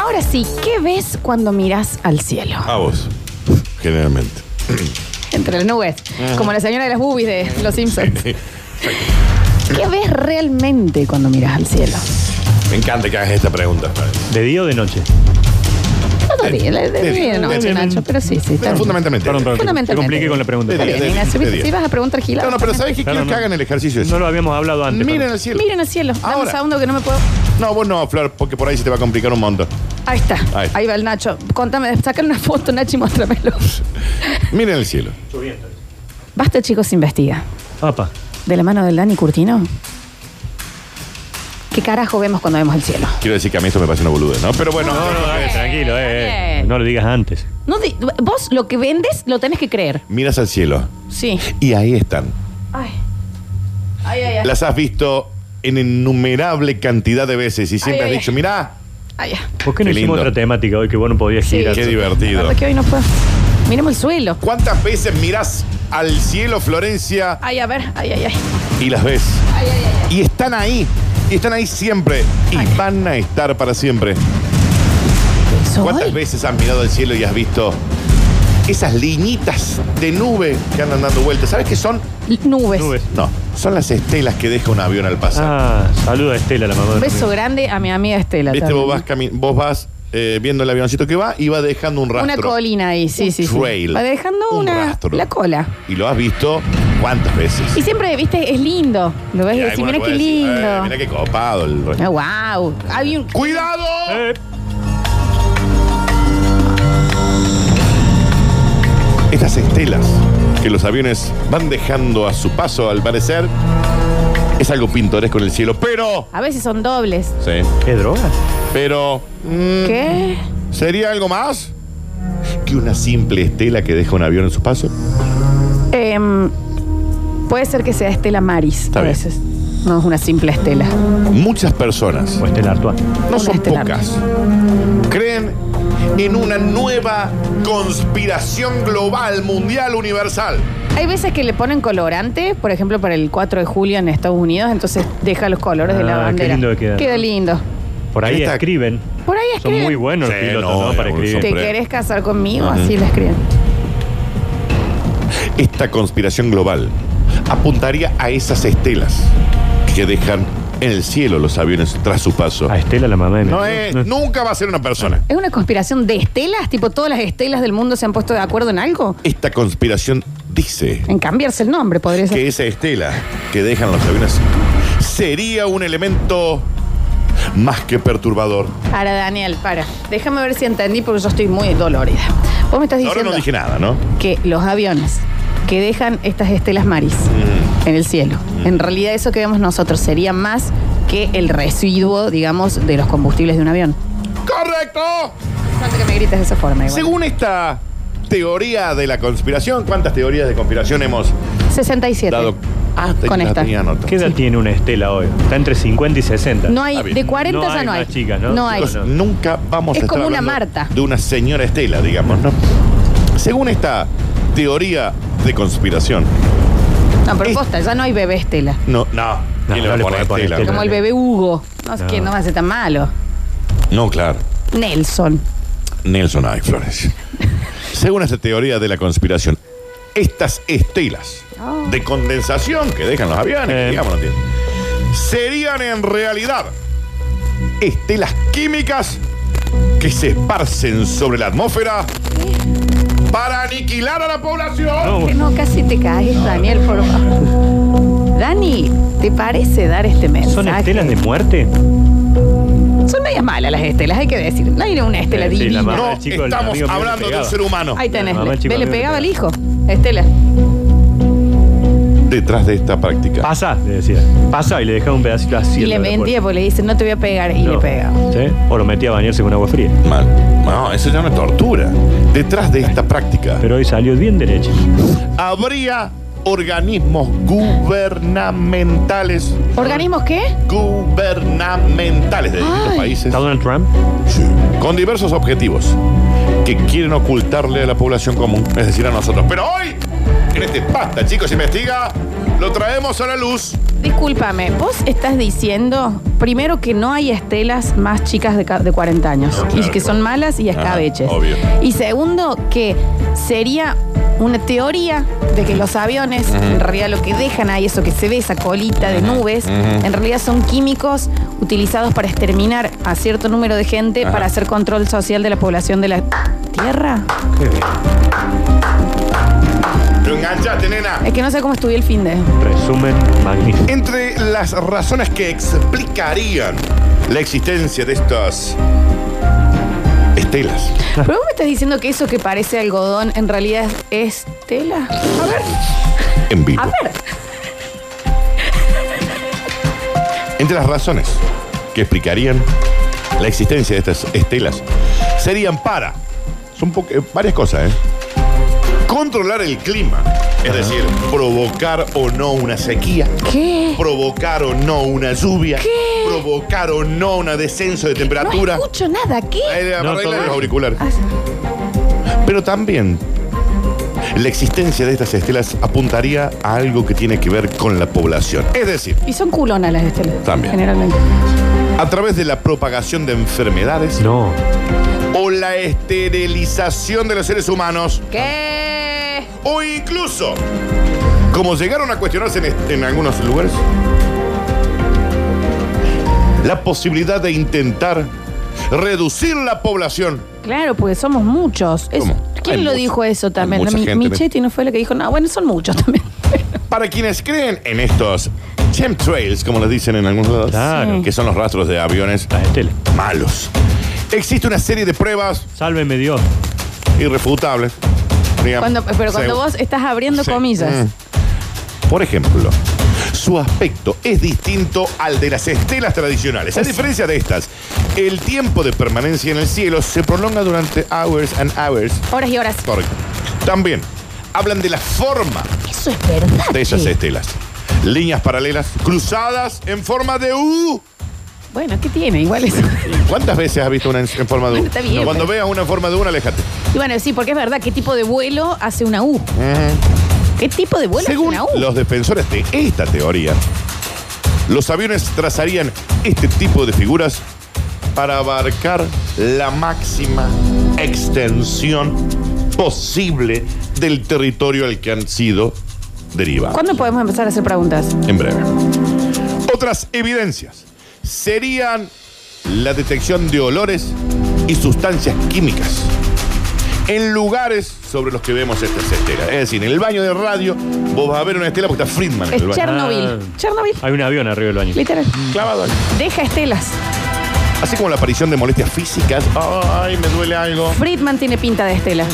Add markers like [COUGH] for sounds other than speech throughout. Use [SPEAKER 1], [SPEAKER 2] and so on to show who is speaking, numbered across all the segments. [SPEAKER 1] Ahora sí, ¿qué ves cuando miras al cielo?
[SPEAKER 2] A vos, generalmente.
[SPEAKER 1] Entre las nubes. Como la señora de las boobies de Los Simpsons. ¿Qué ves realmente cuando miras al cielo?
[SPEAKER 2] Me encanta que hagas esta pregunta. Fran.
[SPEAKER 3] ¿De día o de noche?
[SPEAKER 1] No
[SPEAKER 2] Eh,
[SPEAKER 1] todo bien, de, de-
[SPEAKER 2] de-
[SPEAKER 1] de- de noche,
[SPEAKER 3] de-
[SPEAKER 1] Nacho, pero sí, sí. está
[SPEAKER 2] Pero
[SPEAKER 1] bien.
[SPEAKER 2] fundamentalmente.
[SPEAKER 3] Perdón, perdón.
[SPEAKER 1] Fundamentalmente.
[SPEAKER 3] Te compliqué con la pregunta.
[SPEAKER 1] Está bien,
[SPEAKER 2] de-
[SPEAKER 1] Ignacio,
[SPEAKER 2] de-
[SPEAKER 1] ¿viste?
[SPEAKER 2] de-
[SPEAKER 1] Si vas a preguntar gilada.
[SPEAKER 2] No, no, pero ¿sabés qué?
[SPEAKER 3] Claro,
[SPEAKER 2] Quiero que
[SPEAKER 3] no.
[SPEAKER 2] hagan el ejercicio ese.
[SPEAKER 3] No lo habíamos hablado antes.
[SPEAKER 2] Miren
[SPEAKER 3] perdón.
[SPEAKER 2] al cielo.
[SPEAKER 1] Miren al cielo, dame un
[SPEAKER 2] Ahora.
[SPEAKER 1] segundo que no me puedo.
[SPEAKER 2] No, vos no, Flor, porque por ahí se te va a complicar un montón.
[SPEAKER 1] Ahí está,
[SPEAKER 2] Ahí
[SPEAKER 1] ahí,
[SPEAKER 2] está.
[SPEAKER 1] va el Nacho. Contame, sacan una foto, Nacho, y muéstramelo.
[SPEAKER 2] Miren al cielo.
[SPEAKER 1] Basta, chicos, investiga.
[SPEAKER 3] Apa.
[SPEAKER 1] De la mano del Dani Curtino. ¿Qué carajo vemos cuando vemos el cielo?
[SPEAKER 2] Quiero decir que a mí esto me parece una boluda, ¿no? Pero bueno.
[SPEAKER 3] No, no, eh, tranquilo, eh, eh.
[SPEAKER 1] Bien.
[SPEAKER 3] No lo digas antes.
[SPEAKER 1] No, di- vos lo que vendes lo tenés que creer.
[SPEAKER 2] Miras al cielo.
[SPEAKER 1] Sí.
[SPEAKER 2] Y ahí están.
[SPEAKER 1] Ay. Ay, ay, ay.
[SPEAKER 2] Las has visto en innumerable cantidad de veces y siempre
[SPEAKER 1] Ay, ay,
[SPEAKER 2] has dicho, mirá,
[SPEAKER 1] Ay, ay.
[SPEAKER 3] ¿Por qué no
[SPEAKER 2] Qué
[SPEAKER 3] hicimos
[SPEAKER 2] lindo.
[SPEAKER 3] otra temática hoy que vos no podías
[SPEAKER 1] Sí.
[SPEAKER 3] girar?
[SPEAKER 2] qué divertido.
[SPEAKER 1] Porque hoy no puedo. Miremos el suelo.
[SPEAKER 2] ¿Cuántas veces mirás al cielo, Florencia,
[SPEAKER 1] Ay, a ver. Ay, ay, ay.
[SPEAKER 2] y las ves?
[SPEAKER 1] Ay, ay, ay.
[SPEAKER 2] Y están ahí. Y están ahí siempre. Y van a estar para siempre.
[SPEAKER 1] ¿El sol?
[SPEAKER 2] ¿Cuántas veces has mirado al cielo y has visto esas liñitas de nube que andan dando vueltas? ¿Sabes qué son?
[SPEAKER 1] L- Nubes.
[SPEAKER 3] Nubes.
[SPEAKER 2] No, son las estelas que deja un avión al pasar.
[SPEAKER 3] Ah, saluda a Estela, la mamá.
[SPEAKER 1] Un
[SPEAKER 3] de
[SPEAKER 1] beso
[SPEAKER 3] Ramiro.
[SPEAKER 1] grande a mi amiga Estela.
[SPEAKER 2] ¿Viste?
[SPEAKER 1] también.
[SPEAKER 2] Vos vas, cami- vos vas eh, viendo el avioncito que va y va dejando un rastro.
[SPEAKER 1] Una colina ahí, sí,
[SPEAKER 2] Un
[SPEAKER 1] sí, sí.
[SPEAKER 2] trail.
[SPEAKER 1] Va dejando
[SPEAKER 2] Un
[SPEAKER 1] una
[SPEAKER 2] rastro.
[SPEAKER 1] la cola.
[SPEAKER 2] Y lo has visto cuántas veces.
[SPEAKER 1] Y siempre, viste, es lindo. Lo ves y decís,
[SPEAKER 2] alguna
[SPEAKER 1] mira
[SPEAKER 2] que
[SPEAKER 1] qué
[SPEAKER 2] vos decís,
[SPEAKER 1] lindo.
[SPEAKER 2] "Eh, mira qué copado el resto".
[SPEAKER 1] Ah, wow. Hay un.
[SPEAKER 2] ¡Cuidado!
[SPEAKER 3] Eh,
[SPEAKER 2] Estas estelas que los aviones van dejando a su paso, al parecer, es algo pintoresco en el cielo. Pero.
[SPEAKER 1] A veces son dobles.
[SPEAKER 2] Sí.
[SPEAKER 3] ¿Es droga?
[SPEAKER 2] Pero. mm,
[SPEAKER 1] ¿Qué?
[SPEAKER 2] ¿Sería algo más? Que una simple estela que deja un avión en su paso.
[SPEAKER 1] Em, puede ser que sea Estela Maris
[SPEAKER 2] Está
[SPEAKER 1] a
[SPEAKER 2] bien.
[SPEAKER 1] veces. No es una simple Estela.
[SPEAKER 2] Muchas personas,
[SPEAKER 3] ¿O Estela Artois?
[SPEAKER 2] no
[SPEAKER 1] Una
[SPEAKER 2] son
[SPEAKER 1] estela.
[SPEAKER 2] pocas, creen en una nueva conspiración global, mundial, universal.
[SPEAKER 1] Hay veces que le ponen colorante, por ejemplo, para el 4 de julio en Estados Unidos, entonces deja los colores de la
[SPEAKER 3] Ah, qué
[SPEAKER 1] bandera.
[SPEAKER 3] lindo que queda.
[SPEAKER 1] Queda lindo.
[SPEAKER 3] Por ahí
[SPEAKER 2] Esta-
[SPEAKER 3] escriben.
[SPEAKER 1] Por ahí
[SPEAKER 3] Son
[SPEAKER 1] escriben.
[SPEAKER 3] muy buenos los
[SPEAKER 2] Sí,
[SPEAKER 3] pilotos,
[SPEAKER 2] no,
[SPEAKER 3] ¿no? Para
[SPEAKER 2] algunos son
[SPEAKER 3] escribir.
[SPEAKER 1] ¿Te
[SPEAKER 2] hombre.
[SPEAKER 1] querés casar conmigo?
[SPEAKER 2] Ajá.
[SPEAKER 1] Así lo escriben.
[SPEAKER 2] Esta conspiración global apuntaría a esas estelas que dejan en el cielo los aviones tras su paso.
[SPEAKER 3] A Estela, la mamá de mi-
[SPEAKER 2] No es, nunca va a ser una persona.
[SPEAKER 1] ¿Es una conspiración de estelas? ¿Tipo todas las estelas del mundo se han puesto de acuerdo en algo?
[SPEAKER 2] Esta conspiración dice
[SPEAKER 1] En cambiarse el nombre, podría ser.
[SPEAKER 2] que esa estela que dejan los aviones sería un elemento más que perturbador.
[SPEAKER 1] Para, Daniel, para. Déjame ver si entendí porque yo estoy muy dolorida. Vos me estás
[SPEAKER 2] Ahora
[SPEAKER 1] diciendo
[SPEAKER 2] no dije nada, ¿no?
[SPEAKER 1] que los aviones que dejan estas estelas maris
[SPEAKER 2] Mm.
[SPEAKER 1] en el cielo, en realidad eso que vemos nosotros sería más que el residuo, digamos, de los combustibles de un avión.
[SPEAKER 2] ¡Correcto!
[SPEAKER 1] Falta que me grites de esa forma. Igual.
[SPEAKER 2] Según esta teoría de la conspiración, ¿cuántas teorías de conspiración hemos
[SPEAKER 1] 67.
[SPEAKER 2] dado? Ah, te-
[SPEAKER 1] Con
[SPEAKER 2] la
[SPEAKER 1] esta.
[SPEAKER 2] tenía nota.
[SPEAKER 3] ¿Qué edad tiene una Estela hoy? Está entre 50 y 60.
[SPEAKER 1] No hay,
[SPEAKER 2] Está bien.
[SPEAKER 1] de 40
[SPEAKER 3] No
[SPEAKER 1] ya
[SPEAKER 3] hay
[SPEAKER 1] no hay.
[SPEAKER 3] más chicas, ¿no?
[SPEAKER 1] No hay.
[SPEAKER 2] Chicos, nunca vamos
[SPEAKER 1] Es
[SPEAKER 2] a estar
[SPEAKER 1] como una
[SPEAKER 2] hablando
[SPEAKER 1] Marta.
[SPEAKER 2] de una señora Estela, digamos, ¿no? Según esta teoría de conspiración,
[SPEAKER 1] No, pero posta, ya no hay bebé estela.
[SPEAKER 2] no, no,
[SPEAKER 3] No,
[SPEAKER 2] ¿quién le
[SPEAKER 3] no
[SPEAKER 2] va a
[SPEAKER 3] le
[SPEAKER 2] poner
[SPEAKER 3] puede poner
[SPEAKER 2] Estela?
[SPEAKER 3] Estela.
[SPEAKER 1] Como el bebé Hugo. No sé
[SPEAKER 3] No.
[SPEAKER 1] qué, no va a ser tan malo.
[SPEAKER 2] No, claro.
[SPEAKER 1] Nelson.
[SPEAKER 2] Nelson hay Flores. Según esta teoría de la conspiración, estas estelas
[SPEAKER 1] Oh.
[SPEAKER 2] de condensación que dejan los aviones, que
[SPEAKER 3] Eh.
[SPEAKER 2] digamos, no tienen, serían en realidad estelas químicas que se esparcen sobre la atmósfera para aniquilar a la población.
[SPEAKER 3] No,
[SPEAKER 1] Que no, casi te caes, Daniel, por favor. Dani, ¿te parece dar este mensaje?
[SPEAKER 3] ¿Son estelas de muerte?
[SPEAKER 1] Son medias malas las estelas, hay que decir. No hay una estela
[SPEAKER 3] Eh, sí,
[SPEAKER 1] divina.
[SPEAKER 3] la más-
[SPEAKER 2] No,
[SPEAKER 3] el chico, el
[SPEAKER 2] estamos
[SPEAKER 3] amigo mío
[SPEAKER 2] hablando
[SPEAKER 3] le
[SPEAKER 2] de un
[SPEAKER 3] pegaba.
[SPEAKER 2] ser humano.
[SPEAKER 1] Ahí tenés.
[SPEAKER 3] La mamá
[SPEAKER 1] Le,
[SPEAKER 3] del chico
[SPEAKER 1] ve, le
[SPEAKER 3] amigo
[SPEAKER 1] pegaba
[SPEAKER 3] que
[SPEAKER 1] al
[SPEAKER 3] te-
[SPEAKER 1] hijo. Estela.
[SPEAKER 2] Detrás de esta práctica.
[SPEAKER 3] Pasa, le decía. Pasa y le dejaba un pedacito así.
[SPEAKER 1] Y
[SPEAKER 3] en
[SPEAKER 1] le
[SPEAKER 3] el
[SPEAKER 1] mentía porque le dice, no te voy a pegar. Y
[SPEAKER 3] aeropuerto.
[SPEAKER 1] le
[SPEAKER 3] No.
[SPEAKER 1] pegaba.
[SPEAKER 3] ¿Sí? O lo metía a bañarse con agua fría.
[SPEAKER 2] Mal. No, eso ya no es tortura. Detrás de esta práctica.
[SPEAKER 3] Pero hoy salió bien derecho.
[SPEAKER 2] habría organismos gubernamentales.
[SPEAKER 1] ¿Organismos qué?
[SPEAKER 2] Gubernamentales de distintos
[SPEAKER 1] Ay.
[SPEAKER 2] países.
[SPEAKER 3] ¿Está Donald Trump?
[SPEAKER 2] Sí. Con diversos objetivos que quieren ocultarle a la población común, es decir, a nosotros. Pero hoy Este pasta, chicos, se investiga. Lo traemos a la luz.
[SPEAKER 1] Discúlpame, vos estás diciendo primero que no hay estelas más chicas de, ca- de 40 años
[SPEAKER 2] No, claro.
[SPEAKER 1] y que son malas y escabeches.
[SPEAKER 2] Ajá, obvio.
[SPEAKER 1] Y segundo, que sería una teoría de que los aviones, en realidad lo que dejan ahí, eso que se ve, esa colita de nubes, en realidad son químicos utilizados para exterminar a cierto número de gente
[SPEAKER 2] Ajá.
[SPEAKER 1] para hacer control social de la población de la Tierra.
[SPEAKER 2] Lo enganchaste, nena.
[SPEAKER 1] Es que no sé cómo estudié el fin
[SPEAKER 2] [LAUGHS]
[SPEAKER 1] de.
[SPEAKER 3] Resumen magnífico.
[SPEAKER 2] Entre las razones que explicarían la existencia de estas estelas.
[SPEAKER 1] Pero vos me estás diciendo que eso que parece algodón en realidad es tela. A ver.
[SPEAKER 2] En vivo.
[SPEAKER 1] A ver,
[SPEAKER 2] Entre las razones que explicarían la existencia de estas estelas serían para. Son po- eh, varias cosas, ¿eh? Controlar el clima, es decir, provocar o no una sequía,
[SPEAKER 1] ¿qué?
[SPEAKER 2] provocar o no una lluvia, provocar o no un descenso de temperatura.
[SPEAKER 1] No escucho nada, ¿qué?
[SPEAKER 2] Ahí le
[SPEAKER 3] No,
[SPEAKER 2] arregla
[SPEAKER 3] todo
[SPEAKER 2] los
[SPEAKER 3] bien.
[SPEAKER 2] auriculares.
[SPEAKER 1] Ah,
[SPEAKER 2] Pero también la existencia de estas estelas apuntaría a algo que tiene que ver con la población. Es decir,
[SPEAKER 1] Y son culonas las estelas.
[SPEAKER 2] También.
[SPEAKER 1] Generalmente.
[SPEAKER 2] a través de la propagación de enfermedades
[SPEAKER 3] No.
[SPEAKER 2] o la esterilización de los seres humanos
[SPEAKER 1] ¿Qué?
[SPEAKER 2] o incluso, como llegaron a cuestionarse en, est- en algunos lugares, la posibilidad de intentar reducir la población.
[SPEAKER 1] Claro, porque somos muchos. Es-
[SPEAKER 2] ¿Cómo?
[SPEAKER 1] ¿Quién
[SPEAKER 2] Hay
[SPEAKER 1] lo
[SPEAKER 2] mucho-
[SPEAKER 1] dijo eso también?
[SPEAKER 2] hay mucha
[SPEAKER 1] Mi-
[SPEAKER 2] gente,
[SPEAKER 1] Michetti no fue la que dijo, no, bueno, son muchos
[SPEAKER 2] [LAUGHS]
[SPEAKER 1] también.
[SPEAKER 2] Para quienes creen en estos chemtrails, como les dicen en algunos lados,
[SPEAKER 3] Claro.
[SPEAKER 2] que son los rastros de aviones
[SPEAKER 3] Las estelas.
[SPEAKER 2] malos. Existe una serie de pruebas
[SPEAKER 3] Sálveme Dios.
[SPEAKER 2] irrefutables. digamos,
[SPEAKER 1] Cuando- pero cuando
[SPEAKER 2] según-
[SPEAKER 1] vos estás abriendo
[SPEAKER 2] Sí. Mm.
[SPEAKER 1] comillas.
[SPEAKER 2] Por ejemplo, su aspecto es distinto al de las estelas tradicionales. A
[SPEAKER 1] Pues
[SPEAKER 2] diferencia de estas, el tiempo de permanencia en el cielo se prolonga durante hours and hours.
[SPEAKER 1] Horas y horas.
[SPEAKER 2] Correcto. También hablan de la forma
[SPEAKER 1] Eso es verdad.
[SPEAKER 2] de esas
[SPEAKER 1] che.
[SPEAKER 2] estelas. Líneas paralelas cruzadas en forma de U.
[SPEAKER 1] Bueno, ¿qué tiene? Igual
[SPEAKER 2] [LAUGHS]
[SPEAKER 1] eso.
[SPEAKER 2] ¿Cuántas veces has visto una en, en forma de U?
[SPEAKER 1] Bueno, está bien,
[SPEAKER 2] Cuando
[SPEAKER 1] pero-
[SPEAKER 2] veas una en forma de U, aléjate.
[SPEAKER 1] Y bueno, sí, porque es verdad, ¿qué tipo de vuelo hace una U? ¿Qué tipo de vuelo
[SPEAKER 2] Según
[SPEAKER 1] hace una U?
[SPEAKER 2] los defensores de esta teoría, los aviones trazarían este tipo de figuras para abarcar la máxima extensión posible del territorio al que han sido derivados.
[SPEAKER 1] ¿Cuándo podemos empezar a hacer preguntas?
[SPEAKER 2] En breve. Otras evidencias serían la detección de olores y sustancias químicas en lugares sobre los que vemos estas estelas. Es decir, en el baño de radio vos vas a ver una estela porque está Friedman en
[SPEAKER 1] Es
[SPEAKER 2] el baño.
[SPEAKER 1] Chernobyl.
[SPEAKER 3] Ah.
[SPEAKER 1] Chernobyl.
[SPEAKER 3] Hay un avión arriba del baño.
[SPEAKER 1] Literal.
[SPEAKER 2] Clavado ahí.
[SPEAKER 1] Deja estelas.
[SPEAKER 2] Así como la aparición de molestias físicas. Ay, me duele algo.
[SPEAKER 1] Friedman tiene pinta de estela.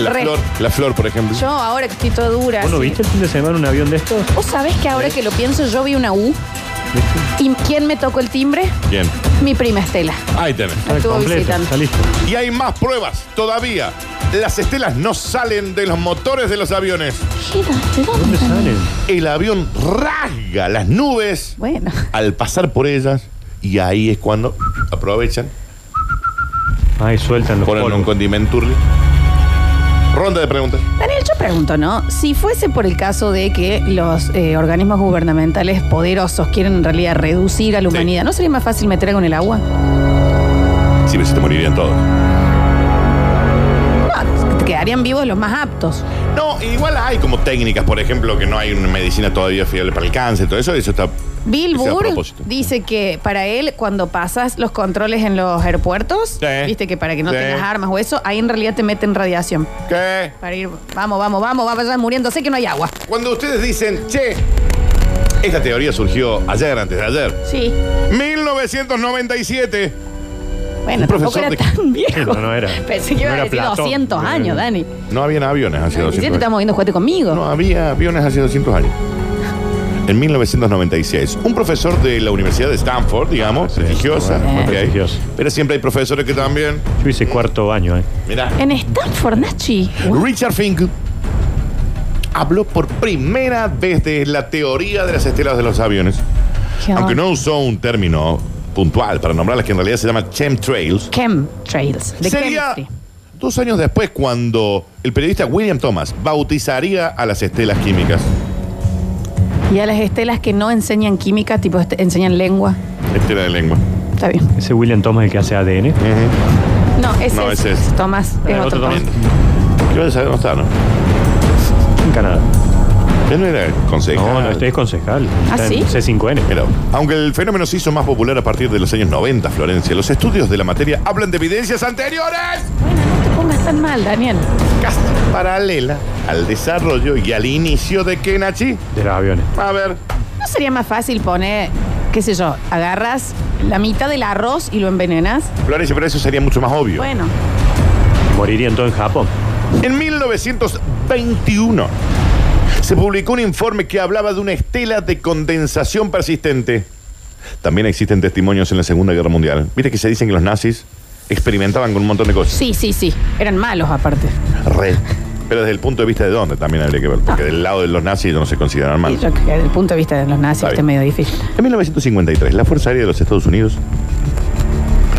[SPEAKER 2] La
[SPEAKER 1] Re.
[SPEAKER 2] flor, la flor, por ejemplo.
[SPEAKER 1] Yo ahora que estoy toda dura.
[SPEAKER 3] ¿Vos no
[SPEAKER 1] así.
[SPEAKER 3] viste el fin de semana un avión de estos?
[SPEAKER 1] ¿Vos sabés que ahora que lo pienso yo vi una U? ¿Y quién me tocó el timbre?
[SPEAKER 2] Bien.
[SPEAKER 1] Mi prima Estela.
[SPEAKER 2] Ahí tenés.
[SPEAKER 1] La estuvo visitando.
[SPEAKER 3] está listo.
[SPEAKER 2] Y hay más pruebas todavía. Las estelas no salen de los motores de los aviones.
[SPEAKER 1] ¿De
[SPEAKER 3] ¿Dónde salen?
[SPEAKER 2] El avión rasga las nubes
[SPEAKER 1] Bueno.
[SPEAKER 2] al pasar por ellas y ahí es cuando aprovechan,
[SPEAKER 3] Ay, sueltan los
[SPEAKER 2] ponen un
[SPEAKER 3] polvos.
[SPEAKER 2] condimenturri. Ronda de preguntas.
[SPEAKER 1] Daniel, yo pregunto, ¿no? Si fuese por el caso de que los eh, organismos gubernamentales poderosos quieren en realidad reducir a la
[SPEAKER 2] Sí.
[SPEAKER 1] humanidad, ¿no sería más fácil meter algo en el agua?
[SPEAKER 2] Si ves, te morirían todos.
[SPEAKER 1] No, te quedarían vivos los más aptos.
[SPEAKER 2] No, igual hay como técnicas, por ejemplo, que no hay una medicina todavía fiable para el cáncer, todo eso, eso está.
[SPEAKER 1] Bill
[SPEAKER 2] ese a
[SPEAKER 1] Burr
[SPEAKER 2] propósito.
[SPEAKER 1] dice que para él, cuando pasas los controles en los aeropuertos,
[SPEAKER 2] Sí.
[SPEAKER 1] viste que para que no
[SPEAKER 2] Sí.
[SPEAKER 1] tengas armas o eso, ahí en realidad te meten radiación.
[SPEAKER 2] ¿Qué?
[SPEAKER 1] Para ir, vamos, vamos, vamos, va vayan muriéndose que no hay agua.
[SPEAKER 2] Cuando ustedes dicen, che, esta teoría surgió ayer, antes de ayer.
[SPEAKER 1] Sí.
[SPEAKER 2] 1997.
[SPEAKER 1] Bueno,
[SPEAKER 2] Un
[SPEAKER 1] tampoco
[SPEAKER 2] profesor
[SPEAKER 1] era
[SPEAKER 2] de-
[SPEAKER 1] tan viejo.
[SPEAKER 3] No, no era.
[SPEAKER 1] Pensé que
[SPEAKER 3] No
[SPEAKER 1] iba
[SPEAKER 3] era
[SPEAKER 1] a decir
[SPEAKER 3] Platón.
[SPEAKER 1] 200 años, Dani.
[SPEAKER 2] No habían aviones hace
[SPEAKER 1] Ni
[SPEAKER 2] 200
[SPEAKER 1] siquiera te
[SPEAKER 2] años.
[SPEAKER 1] estás moviendo juguete conmigo.
[SPEAKER 2] No, había aviones hace 200 años. En 1996, un profesor de la Universidad de Stanford, digamos,
[SPEAKER 3] Ah, sí,
[SPEAKER 2] prestigiosa,
[SPEAKER 3] bueno, muy
[SPEAKER 2] ok,
[SPEAKER 3] prestigiosa.
[SPEAKER 2] pero siempre hay profesores que también,
[SPEAKER 3] Yo hice cuarto baño, ¿eh?
[SPEAKER 2] mirá,
[SPEAKER 1] En Stanford, Nachi.
[SPEAKER 2] Richard Fink habló por primera vez de la teoría de las estelas de los aviones,
[SPEAKER 1] ¿Qué
[SPEAKER 2] aunque
[SPEAKER 1] onda?
[SPEAKER 2] no usó un término puntual para nombrarlas, que en realidad se llama chemtrails.
[SPEAKER 1] Chemtrails. De
[SPEAKER 2] Sería
[SPEAKER 1] chemistry.
[SPEAKER 2] Dos años después, cuando el periodista William Thomas bautizaría a las estelas químicas.
[SPEAKER 1] Y a las estelas que no enseñan química, tipo este- enseñan lengua.
[SPEAKER 2] Estela de lengua.
[SPEAKER 1] Está bien.
[SPEAKER 3] Ese William Thomas es el que hace ADN.
[SPEAKER 1] No, ese
[SPEAKER 2] No,
[SPEAKER 1] es,
[SPEAKER 2] ese es.
[SPEAKER 1] Tomás. Es
[SPEAKER 3] Ah,
[SPEAKER 1] otro
[SPEAKER 3] otro
[SPEAKER 1] Tomás.
[SPEAKER 3] Tomás.
[SPEAKER 2] ¿Qué vas a saber? No está, ¿no?
[SPEAKER 3] En Canadá.
[SPEAKER 2] Él no era consejero.
[SPEAKER 3] No, no, este es concejal.
[SPEAKER 1] ¿Ah,
[SPEAKER 3] Está en
[SPEAKER 1] sí?
[SPEAKER 3] C5N.
[SPEAKER 2] Pero, aunque el fenómeno se hizo más popular a partir de los años 90, Florencia, los estudios de la materia hablan de evidencias anteriores
[SPEAKER 1] Bueno, no te pongas tan mal, Daniel.
[SPEAKER 2] casi paralela al desarrollo y al inicio de Kenachi.
[SPEAKER 3] De los aviones.
[SPEAKER 2] A ver,
[SPEAKER 1] ¿No sería más fácil poner, qué sé yo, agarras la mitad del arroz y lo envenenas?
[SPEAKER 2] Florencia, pero eso sería mucho más obvio.
[SPEAKER 1] Bueno,
[SPEAKER 3] Moriría entonces en Japón.
[SPEAKER 2] En 1921 se publicó un informe que hablaba de una estela de condensación persistente. También existen testimonios en la Segunda Guerra Mundial. Viste que se dicen que los nazis experimentaban con un montón de cosas.
[SPEAKER 1] sí, sí, sí. Eran malos aparte.
[SPEAKER 2] Re. Pero desde el punto de vista de dónde también habría que ver. Porque del lado de los nazis ellos no se consideran mal.
[SPEAKER 1] Y yo creo que desde el punto de vista de los nazis
[SPEAKER 2] Está
[SPEAKER 1] este es
[SPEAKER 2] bien.
[SPEAKER 1] medio difícil.
[SPEAKER 2] En 1953, la Fuerza Aérea de los Estados Unidos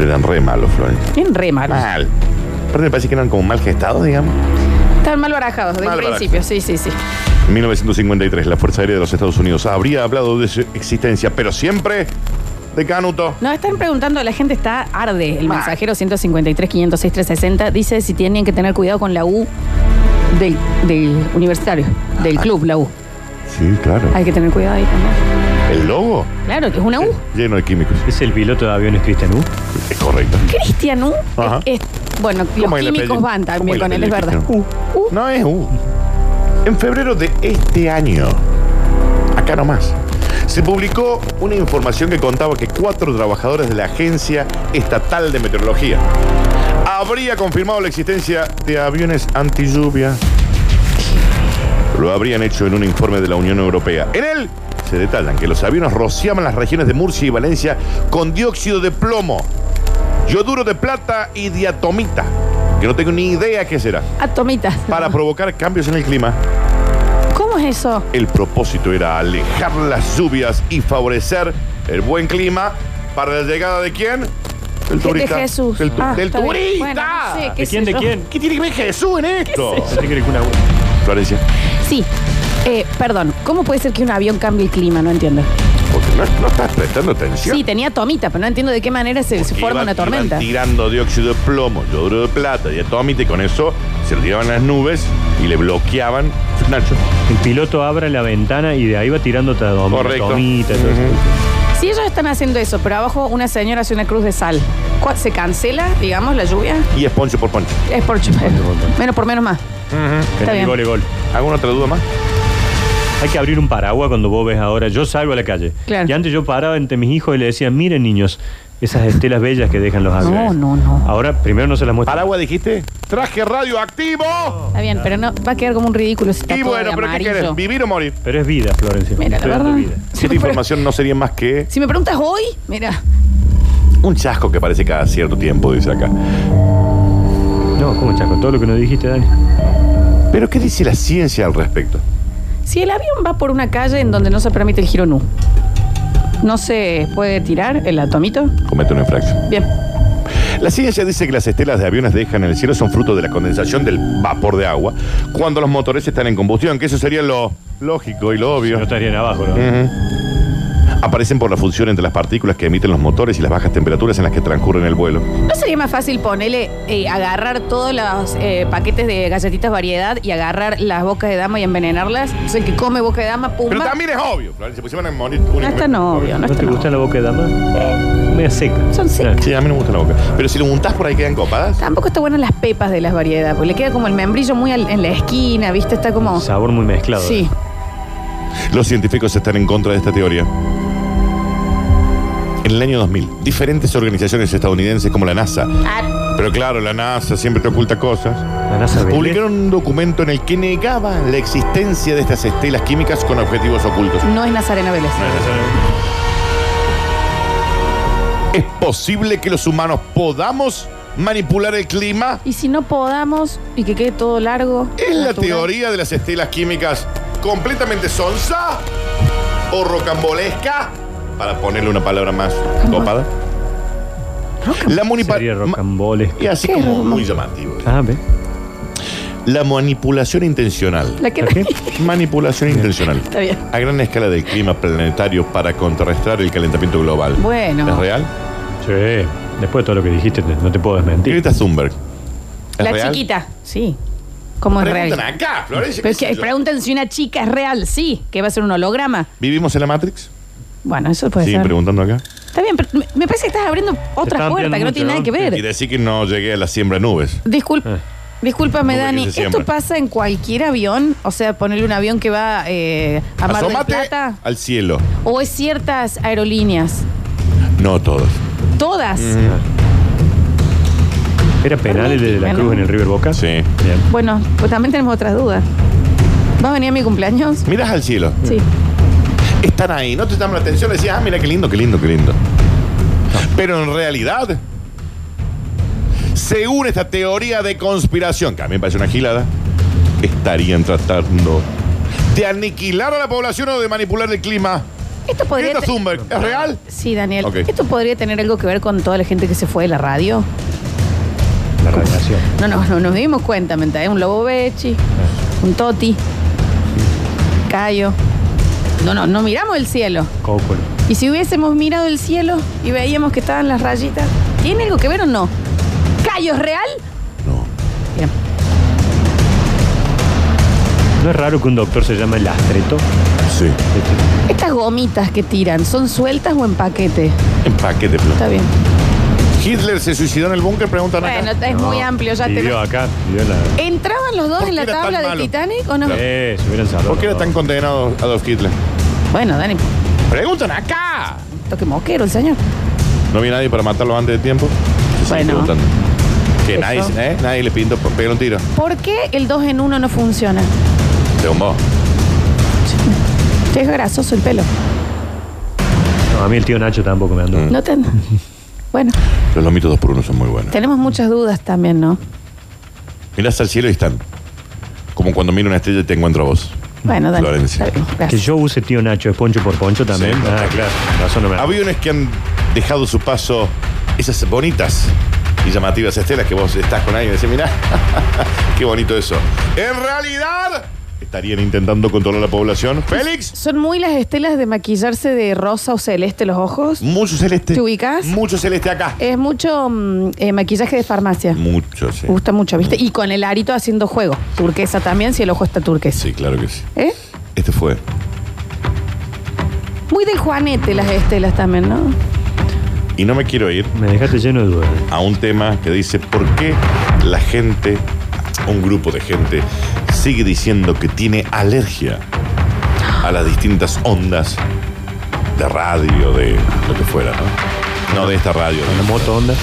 [SPEAKER 2] eran re malos, Flores.
[SPEAKER 1] Eran re malos.
[SPEAKER 2] Mal. Aparte me parece que eran como mal gestados, digamos.
[SPEAKER 1] Están mal barajados desde
[SPEAKER 2] Mal
[SPEAKER 1] el
[SPEAKER 2] barajados.
[SPEAKER 1] principio, sí, sí, sí.
[SPEAKER 2] En 1953, la Fuerza Aérea de los Estados Unidos habría hablado de su existencia, pero siempre de Canuto.
[SPEAKER 1] Nos están preguntando, la gente está arde. El
[SPEAKER 2] Mal.
[SPEAKER 1] mensajero 153 506 360 dice si tienen que tener cuidado con la U del, del universitario,
[SPEAKER 2] Ah.
[SPEAKER 1] del club, la U.
[SPEAKER 2] Sí, claro.
[SPEAKER 1] Hay que tener cuidado ahí también.
[SPEAKER 2] El logo
[SPEAKER 1] Claro, que es una U.
[SPEAKER 2] lleno de químicos.
[SPEAKER 3] Es el piloto de aviones Cristian U.
[SPEAKER 2] Es correcto.
[SPEAKER 1] Cristian U.
[SPEAKER 2] Ajá.
[SPEAKER 1] Es, es- bueno, los
[SPEAKER 2] ¿Cómo es el
[SPEAKER 1] químicos
[SPEAKER 2] apellido?
[SPEAKER 1] van
[SPEAKER 2] ¿Cómo
[SPEAKER 1] también
[SPEAKER 2] el
[SPEAKER 1] con él, es
[SPEAKER 2] apellido,
[SPEAKER 1] verdad. Uh, U. U.
[SPEAKER 2] No es U. En febrero de este año, acá nomás, se publicó una información que contaba que cuatro trabajadores de la Agencia Estatal de Meteorología habría confirmado la existencia de aviones antilluvia. Lo habrían hecho en un informe de la Unión Europea. En él se detallan que los aviones rociaban las regiones de Murcia y Valencia con dióxido de plomo, yoduro de plata y diatomita, que no tengo ni idea qué será
[SPEAKER 1] Atomitas.
[SPEAKER 2] para provocar cambios en el clima.
[SPEAKER 1] ¿Cómo es eso?
[SPEAKER 2] El propósito era alejar las lluvias y favorecer el buen clima para la llegada de quién? El
[SPEAKER 1] De
[SPEAKER 2] turista.
[SPEAKER 1] Jesús.
[SPEAKER 2] Del, tu-
[SPEAKER 1] Ah,
[SPEAKER 2] del
[SPEAKER 1] está bien.
[SPEAKER 2] turista.
[SPEAKER 1] Bueno, no sé, qué
[SPEAKER 3] ¿De
[SPEAKER 1] sé
[SPEAKER 3] quién? ¿De
[SPEAKER 1] yo.
[SPEAKER 3] quién?
[SPEAKER 2] ¿Qué tiene que ver Jesús en esto?
[SPEAKER 3] Pensé que era una U.
[SPEAKER 2] Florencia,
[SPEAKER 1] Sí. Eh, perdón, ¿cómo puede ser que un avión cambie el clima? No entiendo.
[SPEAKER 2] porque no, no estás prestando atención.
[SPEAKER 1] Sí, tenía tomita, pero no entiendo de qué manera se, se
[SPEAKER 2] Porque
[SPEAKER 1] forma
[SPEAKER 2] iban-
[SPEAKER 1] una tormenta.
[SPEAKER 2] iban tirando dióxido de plomo, yoduro de plata, diatomite, y con eso se lo tiraban a las nubes y le bloqueaban. Nacho.
[SPEAKER 3] El piloto abre la ventana y de ahí va tirando tadom-
[SPEAKER 2] Correcto.
[SPEAKER 3] tomita, todo eso.
[SPEAKER 1] Si ellos están haciendo eso, pero abajo una señora hace una cruz de sal, ¿cuál- ¿se cancela, digamos, la lluvia?
[SPEAKER 2] Y es poncho por poncho.
[SPEAKER 1] Es por chupar.
[SPEAKER 3] por chupar.
[SPEAKER 1] Menos por menos más.
[SPEAKER 3] Que
[SPEAKER 1] Está
[SPEAKER 3] no hay
[SPEAKER 1] bien.
[SPEAKER 3] gol, es gol.
[SPEAKER 2] ¿Alguna otra duda más?
[SPEAKER 3] Hay que abrir un paraguas cuando vos ves ahora. Yo salgo a la calle.
[SPEAKER 1] Claro.
[SPEAKER 3] Y antes yo paraba entre mis hijos y le decía, miren niños, esas estelas bellas que dejan los aviones.
[SPEAKER 1] no, no.
[SPEAKER 3] Ahora primero no se las muestro.
[SPEAKER 2] ¿Paraguas dijiste? Pues Traje radioactivo.
[SPEAKER 1] Está bien, pero no va a quedar como un ridículo si está
[SPEAKER 2] Y
[SPEAKER 1] todo
[SPEAKER 2] bueno,
[SPEAKER 1] de
[SPEAKER 2] pero ¿qué querés?
[SPEAKER 1] amarillo.
[SPEAKER 2] ¿Vivir o morir?
[SPEAKER 3] Pero es vida, Florencia.
[SPEAKER 1] Mira, la
[SPEAKER 3] Estoy dando
[SPEAKER 1] verdad.
[SPEAKER 3] vida.
[SPEAKER 1] Si
[SPEAKER 2] Esta
[SPEAKER 1] me, pre-
[SPEAKER 2] información no sería más que
[SPEAKER 1] si me preguntas hoy, mira,
[SPEAKER 2] un chasco que aparece cada cierto tiempo, dice acá.
[SPEAKER 3] No, ¿cómo chaco? Todo lo que nos dijiste, Dani.
[SPEAKER 2] Pero ¿qué dice la ciencia al respecto?
[SPEAKER 1] si el avión va por una calle en donde no se permite el giro nu, ¿no se puede tirar el atomito?
[SPEAKER 2] Comete una infracción.
[SPEAKER 1] Bien.
[SPEAKER 2] La ciencia dice que las estelas de aviones dejan en el cielo son fruto de la condensación del vapor de agua cuando los motores están en combustión, que eso sería lo lógico y lo
[SPEAKER 3] Si
[SPEAKER 2] obvio.
[SPEAKER 3] No estarían abajo, ¿no?
[SPEAKER 2] Aparecen por la fusión entre las partículas que emiten los motores y las bajas temperaturas en las que transcurren el vuelo.
[SPEAKER 1] ¿No sería más fácil ponerle, eh, agarrar todos los eh, paquetes de galletitas variedad y agarrar las bocas de dama y envenenarlas? Entonces el que come boca de dama, pumba.
[SPEAKER 2] Pero también es obvio, Florencia, porque se van a morir
[SPEAKER 1] No es tan
[SPEAKER 2] únicamente.
[SPEAKER 1] obvio, no
[SPEAKER 3] ¿No
[SPEAKER 1] es
[SPEAKER 3] te
[SPEAKER 1] tan
[SPEAKER 3] gusta
[SPEAKER 1] obvio.
[SPEAKER 3] la boca de dama? Media seca.
[SPEAKER 1] Son secas.
[SPEAKER 2] Sí, a mí no me gusta la boca. Pero si lo untás por ahí quedan copadas.
[SPEAKER 1] Tampoco está buenas las pepas de las variedades, porque le queda como el membrillo muy al- en la esquina, ¿viste? Está como.
[SPEAKER 3] Sabor muy mezclado.
[SPEAKER 1] Sí.
[SPEAKER 2] Los científicos están en contra de esta teoría. En el año 2000, diferentes organizaciones estadounidenses como la NASA,
[SPEAKER 1] Ah,
[SPEAKER 2] pero claro, la NASA siempre te oculta cosas,
[SPEAKER 3] La NASA vende.
[SPEAKER 2] publicaron un documento en el que negaban la existencia de estas estelas químicas con objetivos ocultos.
[SPEAKER 1] no es Nazarena Vélez.
[SPEAKER 2] ¿Es posible que los humanos podamos manipular el clima?
[SPEAKER 1] Y si no podamos y que quede todo largo.
[SPEAKER 2] ¿Es la
[SPEAKER 1] natural.
[SPEAKER 2] teoría de las estelas químicas completamente sonsa o rocambolesca? Para ponerle una palabra más copada. La munipa-
[SPEAKER 3] Sería rocambole.
[SPEAKER 2] Y así
[SPEAKER 1] ¿Qué es
[SPEAKER 2] como
[SPEAKER 1] rock?
[SPEAKER 2] muy llamativo.
[SPEAKER 3] Ah, ve.
[SPEAKER 2] La manipulación intencional.
[SPEAKER 1] La que
[SPEAKER 3] ¿La qué?
[SPEAKER 2] Manipulación intencional.
[SPEAKER 1] [LAUGHS] Está bien.
[SPEAKER 2] A gran escala del clima planetario para contrarrestar el calentamiento global.
[SPEAKER 1] Bueno.
[SPEAKER 2] ¿Es real?
[SPEAKER 3] Sí. Después de todo lo que dijiste, te- no te puedo desmentir.
[SPEAKER 2] Greta Thunberg. ¿Es
[SPEAKER 1] La
[SPEAKER 2] real?
[SPEAKER 1] chiquita. Sí. ¿Cómo es
[SPEAKER 2] Preguntan
[SPEAKER 1] real?
[SPEAKER 2] acá, Florencia.
[SPEAKER 1] Pero
[SPEAKER 2] qué
[SPEAKER 1] es que
[SPEAKER 2] sé yo.
[SPEAKER 1] preguntan si una chica es real, sí, que va a ser un holograma.
[SPEAKER 2] ¿Vivimos en la Matrix?
[SPEAKER 1] Bueno, eso puede
[SPEAKER 2] Siguen
[SPEAKER 1] ser.
[SPEAKER 2] preguntando acá.
[SPEAKER 1] Está bien, pero me- me parece que estás abriendo otra
[SPEAKER 3] ampliando
[SPEAKER 1] puerta que no
[SPEAKER 3] mucho,
[SPEAKER 1] tiene nada
[SPEAKER 3] ¿no?
[SPEAKER 1] que
[SPEAKER 2] Y
[SPEAKER 1] ver.
[SPEAKER 2] decir que no llegué a la siembra de nubes.
[SPEAKER 1] Disculpa.
[SPEAKER 3] Eh.
[SPEAKER 1] Discúlpame,
[SPEAKER 2] Nubes que
[SPEAKER 1] Dani.
[SPEAKER 2] se
[SPEAKER 1] ¿Esto
[SPEAKER 2] siembran.
[SPEAKER 1] pasa en cualquier avión? O sea, ponerle un avión que va eh, a Mar del
[SPEAKER 2] Asómate
[SPEAKER 1] Plata.
[SPEAKER 2] al cielo.
[SPEAKER 1] ¿O es ciertas aerolíneas?
[SPEAKER 2] No todos.
[SPEAKER 1] Todas.
[SPEAKER 3] ¿Era penal el de la
[SPEAKER 1] Bueno.
[SPEAKER 3] cruz en el River Boca?
[SPEAKER 2] Sí.
[SPEAKER 3] Bien.
[SPEAKER 1] Bueno, pues también tenemos otras dudas. ¿Va a venir a mi cumpleaños?
[SPEAKER 2] Miras al cielo.
[SPEAKER 1] Sí.
[SPEAKER 2] Están ahí, no te llaman la atención. Decías, ah, mira qué lindo, qué lindo, qué lindo. Pero en realidad, según esta teoría de conspiración, que a mí me parece una gilada, estarían tratando de aniquilar a la población o de manipular el clima.
[SPEAKER 1] Esto podría.
[SPEAKER 2] Greta
[SPEAKER 1] te-
[SPEAKER 2] Thunberg, ¿es real?
[SPEAKER 1] Sí, Daniel.
[SPEAKER 2] Ok.
[SPEAKER 1] ¿Esto podría tener algo que ver con toda la gente que se fue de la radio?
[SPEAKER 3] La radiación.
[SPEAKER 1] No, no, no nos dimos cuenta, ¿me entendés? Un lobo bechi, un toti, callo. No, no, no miramos el cielo.
[SPEAKER 3] Cóculo.
[SPEAKER 1] Y si hubiésemos mirado el cielo y veíamos que estaban las rayitas, ¿tiene algo que ver o no? ¿Callo es real?
[SPEAKER 2] No.
[SPEAKER 1] Bien.
[SPEAKER 3] ¿No es raro que un doctor se llame Este- el astreto?
[SPEAKER 2] Sí.
[SPEAKER 1] Estas gomitas que tiran, ¿son sueltas o en paquete?
[SPEAKER 2] Empaque de
[SPEAKER 1] Está
[SPEAKER 2] plata.
[SPEAKER 1] bien.
[SPEAKER 2] Hitler se suicidó en el búnker, preguntan acá.
[SPEAKER 1] Bueno, es muy amplio, ya te
[SPEAKER 3] Vivió acá, vivió en la...
[SPEAKER 1] ¿Entraban los dos
[SPEAKER 2] ¿Por
[SPEAKER 1] en
[SPEAKER 2] qué
[SPEAKER 1] la
[SPEAKER 2] era tan
[SPEAKER 1] tabla del
[SPEAKER 2] malo?
[SPEAKER 1] Titanic o no?
[SPEAKER 3] Eh, se hubieran salvado.
[SPEAKER 2] ¿Por qué era tan condenado Adolf Hitler?
[SPEAKER 1] Bueno, Dani,
[SPEAKER 2] Preguntan acá.
[SPEAKER 1] toque moquero el señor.
[SPEAKER 2] No vi nadie para matarlo antes de tiempo. Se sigue
[SPEAKER 1] Bueno.
[SPEAKER 2] preguntando. Que
[SPEAKER 1] Eso.
[SPEAKER 2] nadie, ¿eh? nadie le pintó por pegar un tiro.
[SPEAKER 1] ¿Por qué el 2 en 1 no funciona?
[SPEAKER 2] Según vos.
[SPEAKER 1] Te es grasoso el pelo.
[SPEAKER 3] No, a mí el tío Nacho tampoco me andó.
[SPEAKER 2] Mm.
[SPEAKER 1] No te... Bueno,
[SPEAKER 2] Los lomitos dos por uno son muy buenos.
[SPEAKER 1] tenemos muchas dudas también, ¿no?
[SPEAKER 2] Mirás al cielo y están. Como cuando miro una estrella y te encuentro a vos.
[SPEAKER 1] Bueno, Dani.
[SPEAKER 2] Florencia.
[SPEAKER 1] está bien,
[SPEAKER 3] Que
[SPEAKER 1] gracias.
[SPEAKER 3] yo use tío Nacho es poncho por poncho también.
[SPEAKER 2] Sí,
[SPEAKER 3] ah,
[SPEAKER 2] está
[SPEAKER 3] claro. Eso no me
[SPEAKER 2] Aviones que han dejado su paso esas bonitas y llamativas estelas que vos estás con alguien y decís, mirá, [LAUGHS] qué bonito eso. En realidad, estarían intentando controlar la población. Félix,
[SPEAKER 1] Son muy las estelas de maquillarse de rosa o celeste los ojos.
[SPEAKER 2] mucho celeste.
[SPEAKER 1] ¿Te Eh, ubicas?
[SPEAKER 2] Mucho celeste acá.
[SPEAKER 1] Es mucho mm, eh, maquillaje de farmacia.
[SPEAKER 2] Mucho, sí.
[SPEAKER 1] Me gusta mucho, ¿viste? Y con el arito haciendo juego. Turquesa también, si el ojo está turquesa.
[SPEAKER 2] Sí, claro que sí.
[SPEAKER 1] ¿Eh?
[SPEAKER 2] Este fue.
[SPEAKER 1] Muy del Juanete las estelas también, ¿no?
[SPEAKER 2] Y no me quiero ir
[SPEAKER 3] Me dejaste lleno de dudas.
[SPEAKER 2] a un tema que dice por qué la gente, un grupo de gente, sigue diciendo que tiene alergia a las distintas ondas de radio, de lo que fuera, ¿no? No de esta radio. de
[SPEAKER 3] Con la
[SPEAKER 2] la-
[SPEAKER 3] moto onda.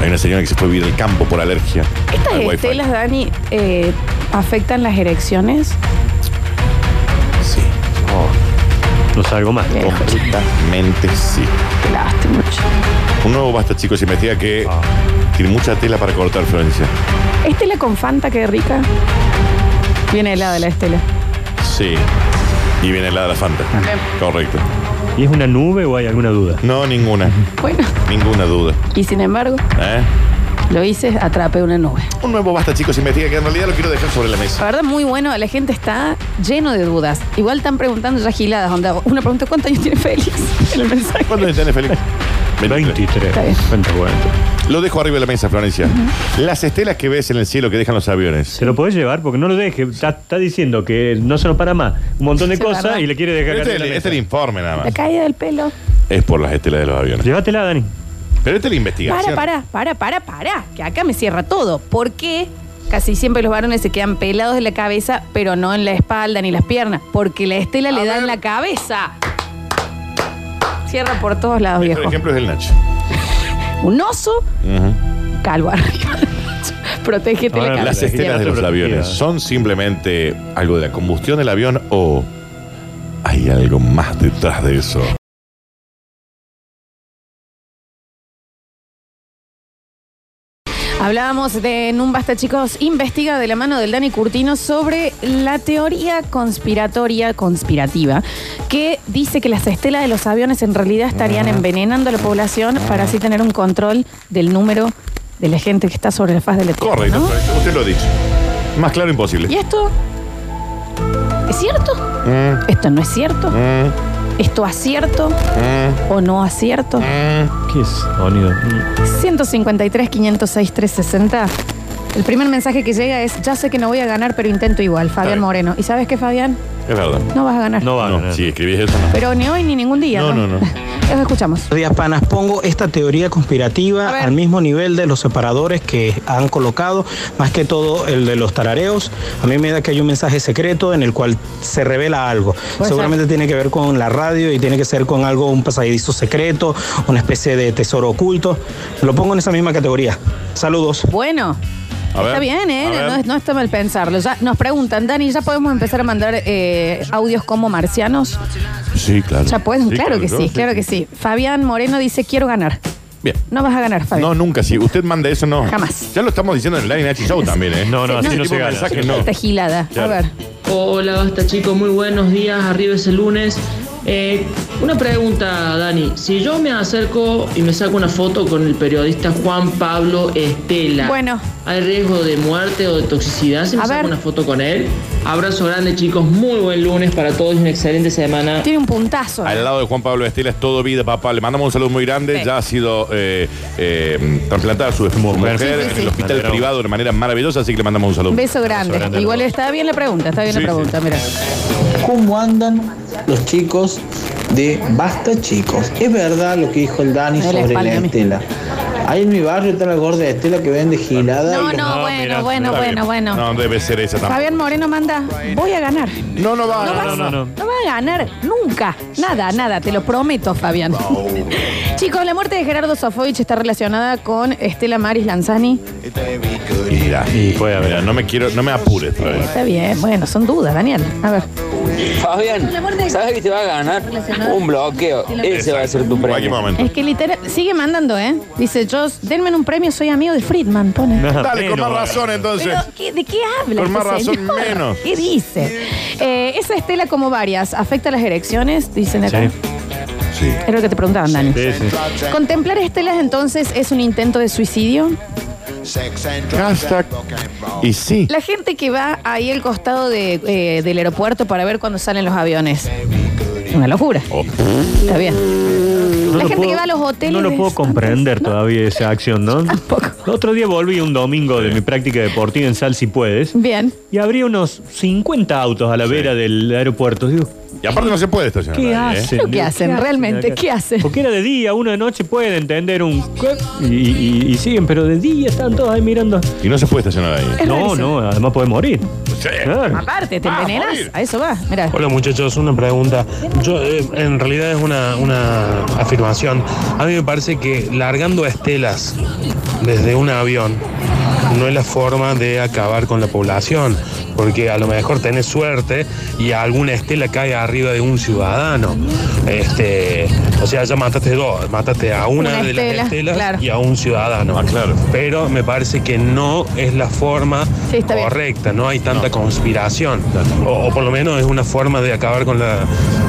[SPEAKER 2] Hay una señora que se fue a vivir al campo por alergia
[SPEAKER 1] Estas
[SPEAKER 2] al wifi.
[SPEAKER 1] estelas, Dani, eh, afectan las erecciones.
[SPEAKER 2] Sí,
[SPEAKER 3] Oh, No salgo más.
[SPEAKER 1] Bien.
[SPEAKER 2] completamente sí.
[SPEAKER 1] Te lavaste mucho.
[SPEAKER 2] Un nuevo basta, chicos, investiga que
[SPEAKER 3] Ah.
[SPEAKER 2] tiene mucha tela para cortar, Florencia.
[SPEAKER 1] Estela con Fanta, qué rica. Viene helada la estela.
[SPEAKER 2] Sí. Y viene la de la Fanta. Correcto.
[SPEAKER 3] ¿Y es una nube o hay alguna duda?
[SPEAKER 2] No, ninguna.
[SPEAKER 1] Bueno,
[SPEAKER 2] Ninguna duda.
[SPEAKER 1] y sin embargo,
[SPEAKER 2] ¿eh?
[SPEAKER 1] lo hice, atrapé una nube.
[SPEAKER 2] Un nuevo basta, chicos, investiga que en realidad lo quiero dejar sobre la
[SPEAKER 1] La
[SPEAKER 2] mesa.
[SPEAKER 1] verdad, muy bueno. La gente está lleno de dudas. Igual están preguntando ya giladas. Onda, una pregunta, ¿cuántos años tiene Félix? [LAUGHS] En el mensaje.
[SPEAKER 2] ¿Cuándo entiendes, Felipe?
[SPEAKER 3] 23.
[SPEAKER 1] Está bien.
[SPEAKER 3] Cuenta, cuenta.
[SPEAKER 2] Lo dejo arriba de la mesa, Florencia. Las estelas que ves en el cielo que dejan los aviones.
[SPEAKER 3] Se lo podés llevar porque no lo deje. Está, está diciendo que no se nos para más. Un montón de
[SPEAKER 1] Sí,
[SPEAKER 3] cosas
[SPEAKER 1] verdad.
[SPEAKER 3] y le quiere dejar
[SPEAKER 2] Pero
[SPEAKER 3] acá
[SPEAKER 2] este,
[SPEAKER 3] en la
[SPEAKER 2] este es
[SPEAKER 3] mesa.
[SPEAKER 2] el informe nada
[SPEAKER 1] La
[SPEAKER 2] más.
[SPEAKER 1] caída del pelo.
[SPEAKER 2] Es por las estelas de los aviones.
[SPEAKER 3] Llévatela, Dani.
[SPEAKER 2] Pero este es
[SPEAKER 1] Para,
[SPEAKER 2] la investigación.
[SPEAKER 1] para, para, para, para. Que acá me cierra todo. ¿Por qué? Casi siempre los varones se quedan pelados de la cabeza, pero no en la espalda ni las piernas. Porque la estela le da
[SPEAKER 2] ver.
[SPEAKER 1] en la cabeza. Cierra por todos lados,
[SPEAKER 2] Por
[SPEAKER 1] viejo.
[SPEAKER 2] ejemplo, es el Nacho.
[SPEAKER 1] Un oso calvo [LAUGHS] arriba. Protégete
[SPEAKER 3] Ahora,
[SPEAKER 1] la
[SPEAKER 2] Las
[SPEAKER 1] cabeza.
[SPEAKER 3] Bien,
[SPEAKER 2] estelas de los
[SPEAKER 3] otra
[SPEAKER 2] aviones
[SPEAKER 3] perspectiva.
[SPEAKER 2] son simplemente algo de la combustión del avión o hay algo más detrás de eso.
[SPEAKER 1] Hablábamos de en un Basta, chicos, investiga de la mano del Dani Curtino sobre la teoría conspiratoria conspirativa que dice que las estelas de los aviones en realidad estarían envenenando a la población para así tener un control del número de la gente que está sobre la faz de la Tierra.
[SPEAKER 2] Correcto,
[SPEAKER 1] ¿no?
[SPEAKER 2] usted lo ha dicho. Más claro imposible.
[SPEAKER 1] ¿Y esto? ¿Es cierto?
[SPEAKER 2] Mm,
[SPEAKER 1] ¿Esto no es cierto?
[SPEAKER 2] mm,
[SPEAKER 1] ¿Esto acierto
[SPEAKER 2] mm,
[SPEAKER 1] o no acierto?
[SPEAKER 2] mm.
[SPEAKER 3] ¿Qué sonido? Mm.
[SPEAKER 1] 153, 506, 360. El primer mensaje que llega es, ya sé que no voy a ganar, pero intento igual, Fabián
[SPEAKER 2] bien.
[SPEAKER 1] Moreno. ¿Y sabes qué, Fabián?
[SPEAKER 2] Es verdad.
[SPEAKER 1] No vas a ganar.
[SPEAKER 3] No va a
[SPEAKER 2] No,
[SPEAKER 3] ganar.
[SPEAKER 2] si escribís eso. no.
[SPEAKER 1] Pero ni hoy ni ningún día.
[SPEAKER 2] No,
[SPEAKER 1] [LAUGHS]
[SPEAKER 2] no, no.
[SPEAKER 1] Los escuchamos.
[SPEAKER 4] Buenos días, panas. Pongo esta teoría
[SPEAKER 1] A
[SPEAKER 4] conspirativa
[SPEAKER 1] ver.
[SPEAKER 4] al mismo nivel de los separadores que han colocado, más que todo el de los tarareos. A mí me da que hay un mensaje secreto en el cual se revela algo.
[SPEAKER 1] Puede
[SPEAKER 4] Seguramente tiene que ver con la radio y tiene que ser con algo, un pasadizo secreto, una especie de tesoro oculto. Lo pongo en esa misma categoría. Saludos.
[SPEAKER 1] Bueno.
[SPEAKER 2] A ver,
[SPEAKER 1] está bien,
[SPEAKER 2] a
[SPEAKER 1] ¿eh?
[SPEAKER 2] ver.
[SPEAKER 1] No, es- no está mal pensarlo. Ya nos preguntan, Dani, ¿ya podemos empezar a mandar eh, audios como marcianos?
[SPEAKER 2] Sí, claro.
[SPEAKER 1] Ya puedes,
[SPEAKER 2] Sí,
[SPEAKER 1] claro, que
[SPEAKER 2] yo,
[SPEAKER 1] sí, claro que sí. Fabián Moreno dice, quiero ganar.
[SPEAKER 2] Bien.
[SPEAKER 1] No vas a ganar, Fabián.
[SPEAKER 2] No, nunca. Si usted manda eso, no.
[SPEAKER 1] Jamás.
[SPEAKER 2] Ya lo estamos diciendo en el Line H Show también, ¿eh?
[SPEAKER 3] No, no,
[SPEAKER 1] Sí,
[SPEAKER 3] así
[SPEAKER 1] no.
[SPEAKER 3] no,
[SPEAKER 2] Tipo
[SPEAKER 3] se
[SPEAKER 2] de
[SPEAKER 3] gana.
[SPEAKER 2] mensaje, no.
[SPEAKER 1] Esta gilada.
[SPEAKER 2] Claro.
[SPEAKER 1] A ver.
[SPEAKER 5] Hola, basta chicos, muy buenos días, arriba ese lunes. Eh, una pregunta, Dani. Si yo me acerco y me saco una foto con el periodista Juan Pablo Estela,
[SPEAKER 1] Bueno.
[SPEAKER 5] ¿hay riesgo de muerte o de toxicidad si me
[SPEAKER 1] A
[SPEAKER 5] saco
[SPEAKER 1] ver.
[SPEAKER 5] una foto con él? Abrazo grande, chicos, muy buen lunes para todos y una excelente semana.
[SPEAKER 1] Tiene un puntazo. ¿eh?
[SPEAKER 2] Al lado de Juan Pablo Estela es todo vida, papá. Le mandamos un saludo muy grande.
[SPEAKER 1] Sí.
[SPEAKER 2] Ya ha sido eh, eh, trasplantada su su mujer,
[SPEAKER 3] Sí,
[SPEAKER 1] sí,
[SPEAKER 2] en
[SPEAKER 1] sí.
[SPEAKER 2] el hospital
[SPEAKER 3] Manera-
[SPEAKER 2] privado de manera maravillosa, así que le mandamos un saludo.
[SPEAKER 1] Un beso grande.
[SPEAKER 3] grande a
[SPEAKER 1] Igual
[SPEAKER 3] los
[SPEAKER 1] está bien la pregunta, está bien
[SPEAKER 2] Sí,
[SPEAKER 1] la pregunta, mira.
[SPEAKER 6] ¿Cómo andan los chicos de Basta Chicos? Es verdad lo que dijo el Dani
[SPEAKER 1] Me la
[SPEAKER 6] sobre
[SPEAKER 1] espalda
[SPEAKER 6] la
[SPEAKER 1] a mí.
[SPEAKER 6] Estela. Ahí en mi barrio está la gorda de Estela que vende gilada.
[SPEAKER 1] No,
[SPEAKER 6] y-
[SPEAKER 1] no,
[SPEAKER 3] No,
[SPEAKER 1] bueno,
[SPEAKER 3] mira,
[SPEAKER 1] bueno,
[SPEAKER 2] Está bien.
[SPEAKER 1] bueno, bueno.
[SPEAKER 2] No, debe ser esa también.
[SPEAKER 1] Fabián Moreno manda, voy a ganar.
[SPEAKER 2] No, no va.
[SPEAKER 1] No, vas-
[SPEAKER 3] no, no, no.
[SPEAKER 1] no va a ganar nunca. Nada, nada, te lo prometo, Fabián. Chicos, la muerte de Gerardo Sofovich está relacionada con Estela Maris Lanzani.
[SPEAKER 2] Mira,
[SPEAKER 3] Y puede haber.
[SPEAKER 2] mira, no me quiero, no me apures. otra vez.
[SPEAKER 1] Está bien, bueno, son dudas, Daniel. A ver.
[SPEAKER 7] Fabián, ¿sabes que te va a ganar? Un bloqueo. Ese va a ser tu
[SPEAKER 2] En cualquier
[SPEAKER 7] premio.
[SPEAKER 2] momento.
[SPEAKER 1] Es que literal, sigue mandando, ¿eh? Dice, yo, denme un premio, soy amigo de Friedman, pone.
[SPEAKER 2] Dale, con más razón [LAUGHS] entonces.
[SPEAKER 1] Pero, ¿qué- ¿de qué habla?
[SPEAKER 2] Con más
[SPEAKER 1] este
[SPEAKER 2] razón,
[SPEAKER 1] señor?
[SPEAKER 2] menos.
[SPEAKER 1] ¿Qué dice? Eh, esa estela, como varias, afecta las erecciones, dicen acá.
[SPEAKER 3] Sí.
[SPEAKER 2] Sí.
[SPEAKER 1] Es lo que te preguntaban, Dani.
[SPEAKER 3] Sí, sí.
[SPEAKER 1] Contemplar estelas entonces es un intento de suicidio.
[SPEAKER 2] Hashtag. Y sí.
[SPEAKER 1] La gente que va ahí al costado de, eh, del aeropuerto para ver cuando salen los aviones. Una locura.
[SPEAKER 2] Oh.
[SPEAKER 1] Está bien.
[SPEAKER 3] No
[SPEAKER 1] La
[SPEAKER 3] lo
[SPEAKER 1] gente que va a los hoteles
[SPEAKER 3] No lo puedo
[SPEAKER 1] es-
[SPEAKER 3] comprender
[SPEAKER 1] no.
[SPEAKER 3] todavía esa acción, ¿no?
[SPEAKER 1] Tampoco.
[SPEAKER 3] El otro día volví un domingo de mi práctica deportiva en Sal, si puedes,
[SPEAKER 1] Bien.
[SPEAKER 3] y habría unos 50 autos a la vera del aeropuerto. Digo,
[SPEAKER 2] Y aparte no se puede estacionar.
[SPEAKER 3] ¿qué
[SPEAKER 2] ahí, ¿eh?
[SPEAKER 3] hacen?
[SPEAKER 1] Pero
[SPEAKER 3] Digo,
[SPEAKER 1] ¿qué hacen? Realmente, ¿qué hacen?
[SPEAKER 3] Ah, Porque era de día, uno de noche puede entender un... Y, y- y siguen, pero de día están todos ahí mirando.
[SPEAKER 2] Y no se puede estacionar ahí.
[SPEAKER 1] Es
[SPEAKER 3] No,
[SPEAKER 1] rarísimo.
[SPEAKER 3] no, además puede morir.
[SPEAKER 2] Sí.
[SPEAKER 3] Claro.
[SPEAKER 1] Aparte, te
[SPEAKER 2] Ah,
[SPEAKER 1] envenenas.
[SPEAKER 2] morir.
[SPEAKER 1] A eso va. Mira.
[SPEAKER 8] Hola muchachos, una pregunta. Yo, eh, en realidad es una, una afirmación. A mí me parece que largando estelas desde un avión no es la forma de acabar con la población, porque a lo mejor tenés suerte y alguna estela cae arriba de un ciudadano. Este, o sea, ya mataste dos, mataste a una,
[SPEAKER 1] Una
[SPEAKER 8] de
[SPEAKER 1] estela,
[SPEAKER 8] las estelas
[SPEAKER 1] claro.
[SPEAKER 8] y a un ciudadano.
[SPEAKER 2] Ah, claro.
[SPEAKER 8] Pero me parece que no es la forma
[SPEAKER 1] Sí, está bien.
[SPEAKER 8] correcta, no hay tanta conspiración. O, o por lo menos es una forma de acabar con la,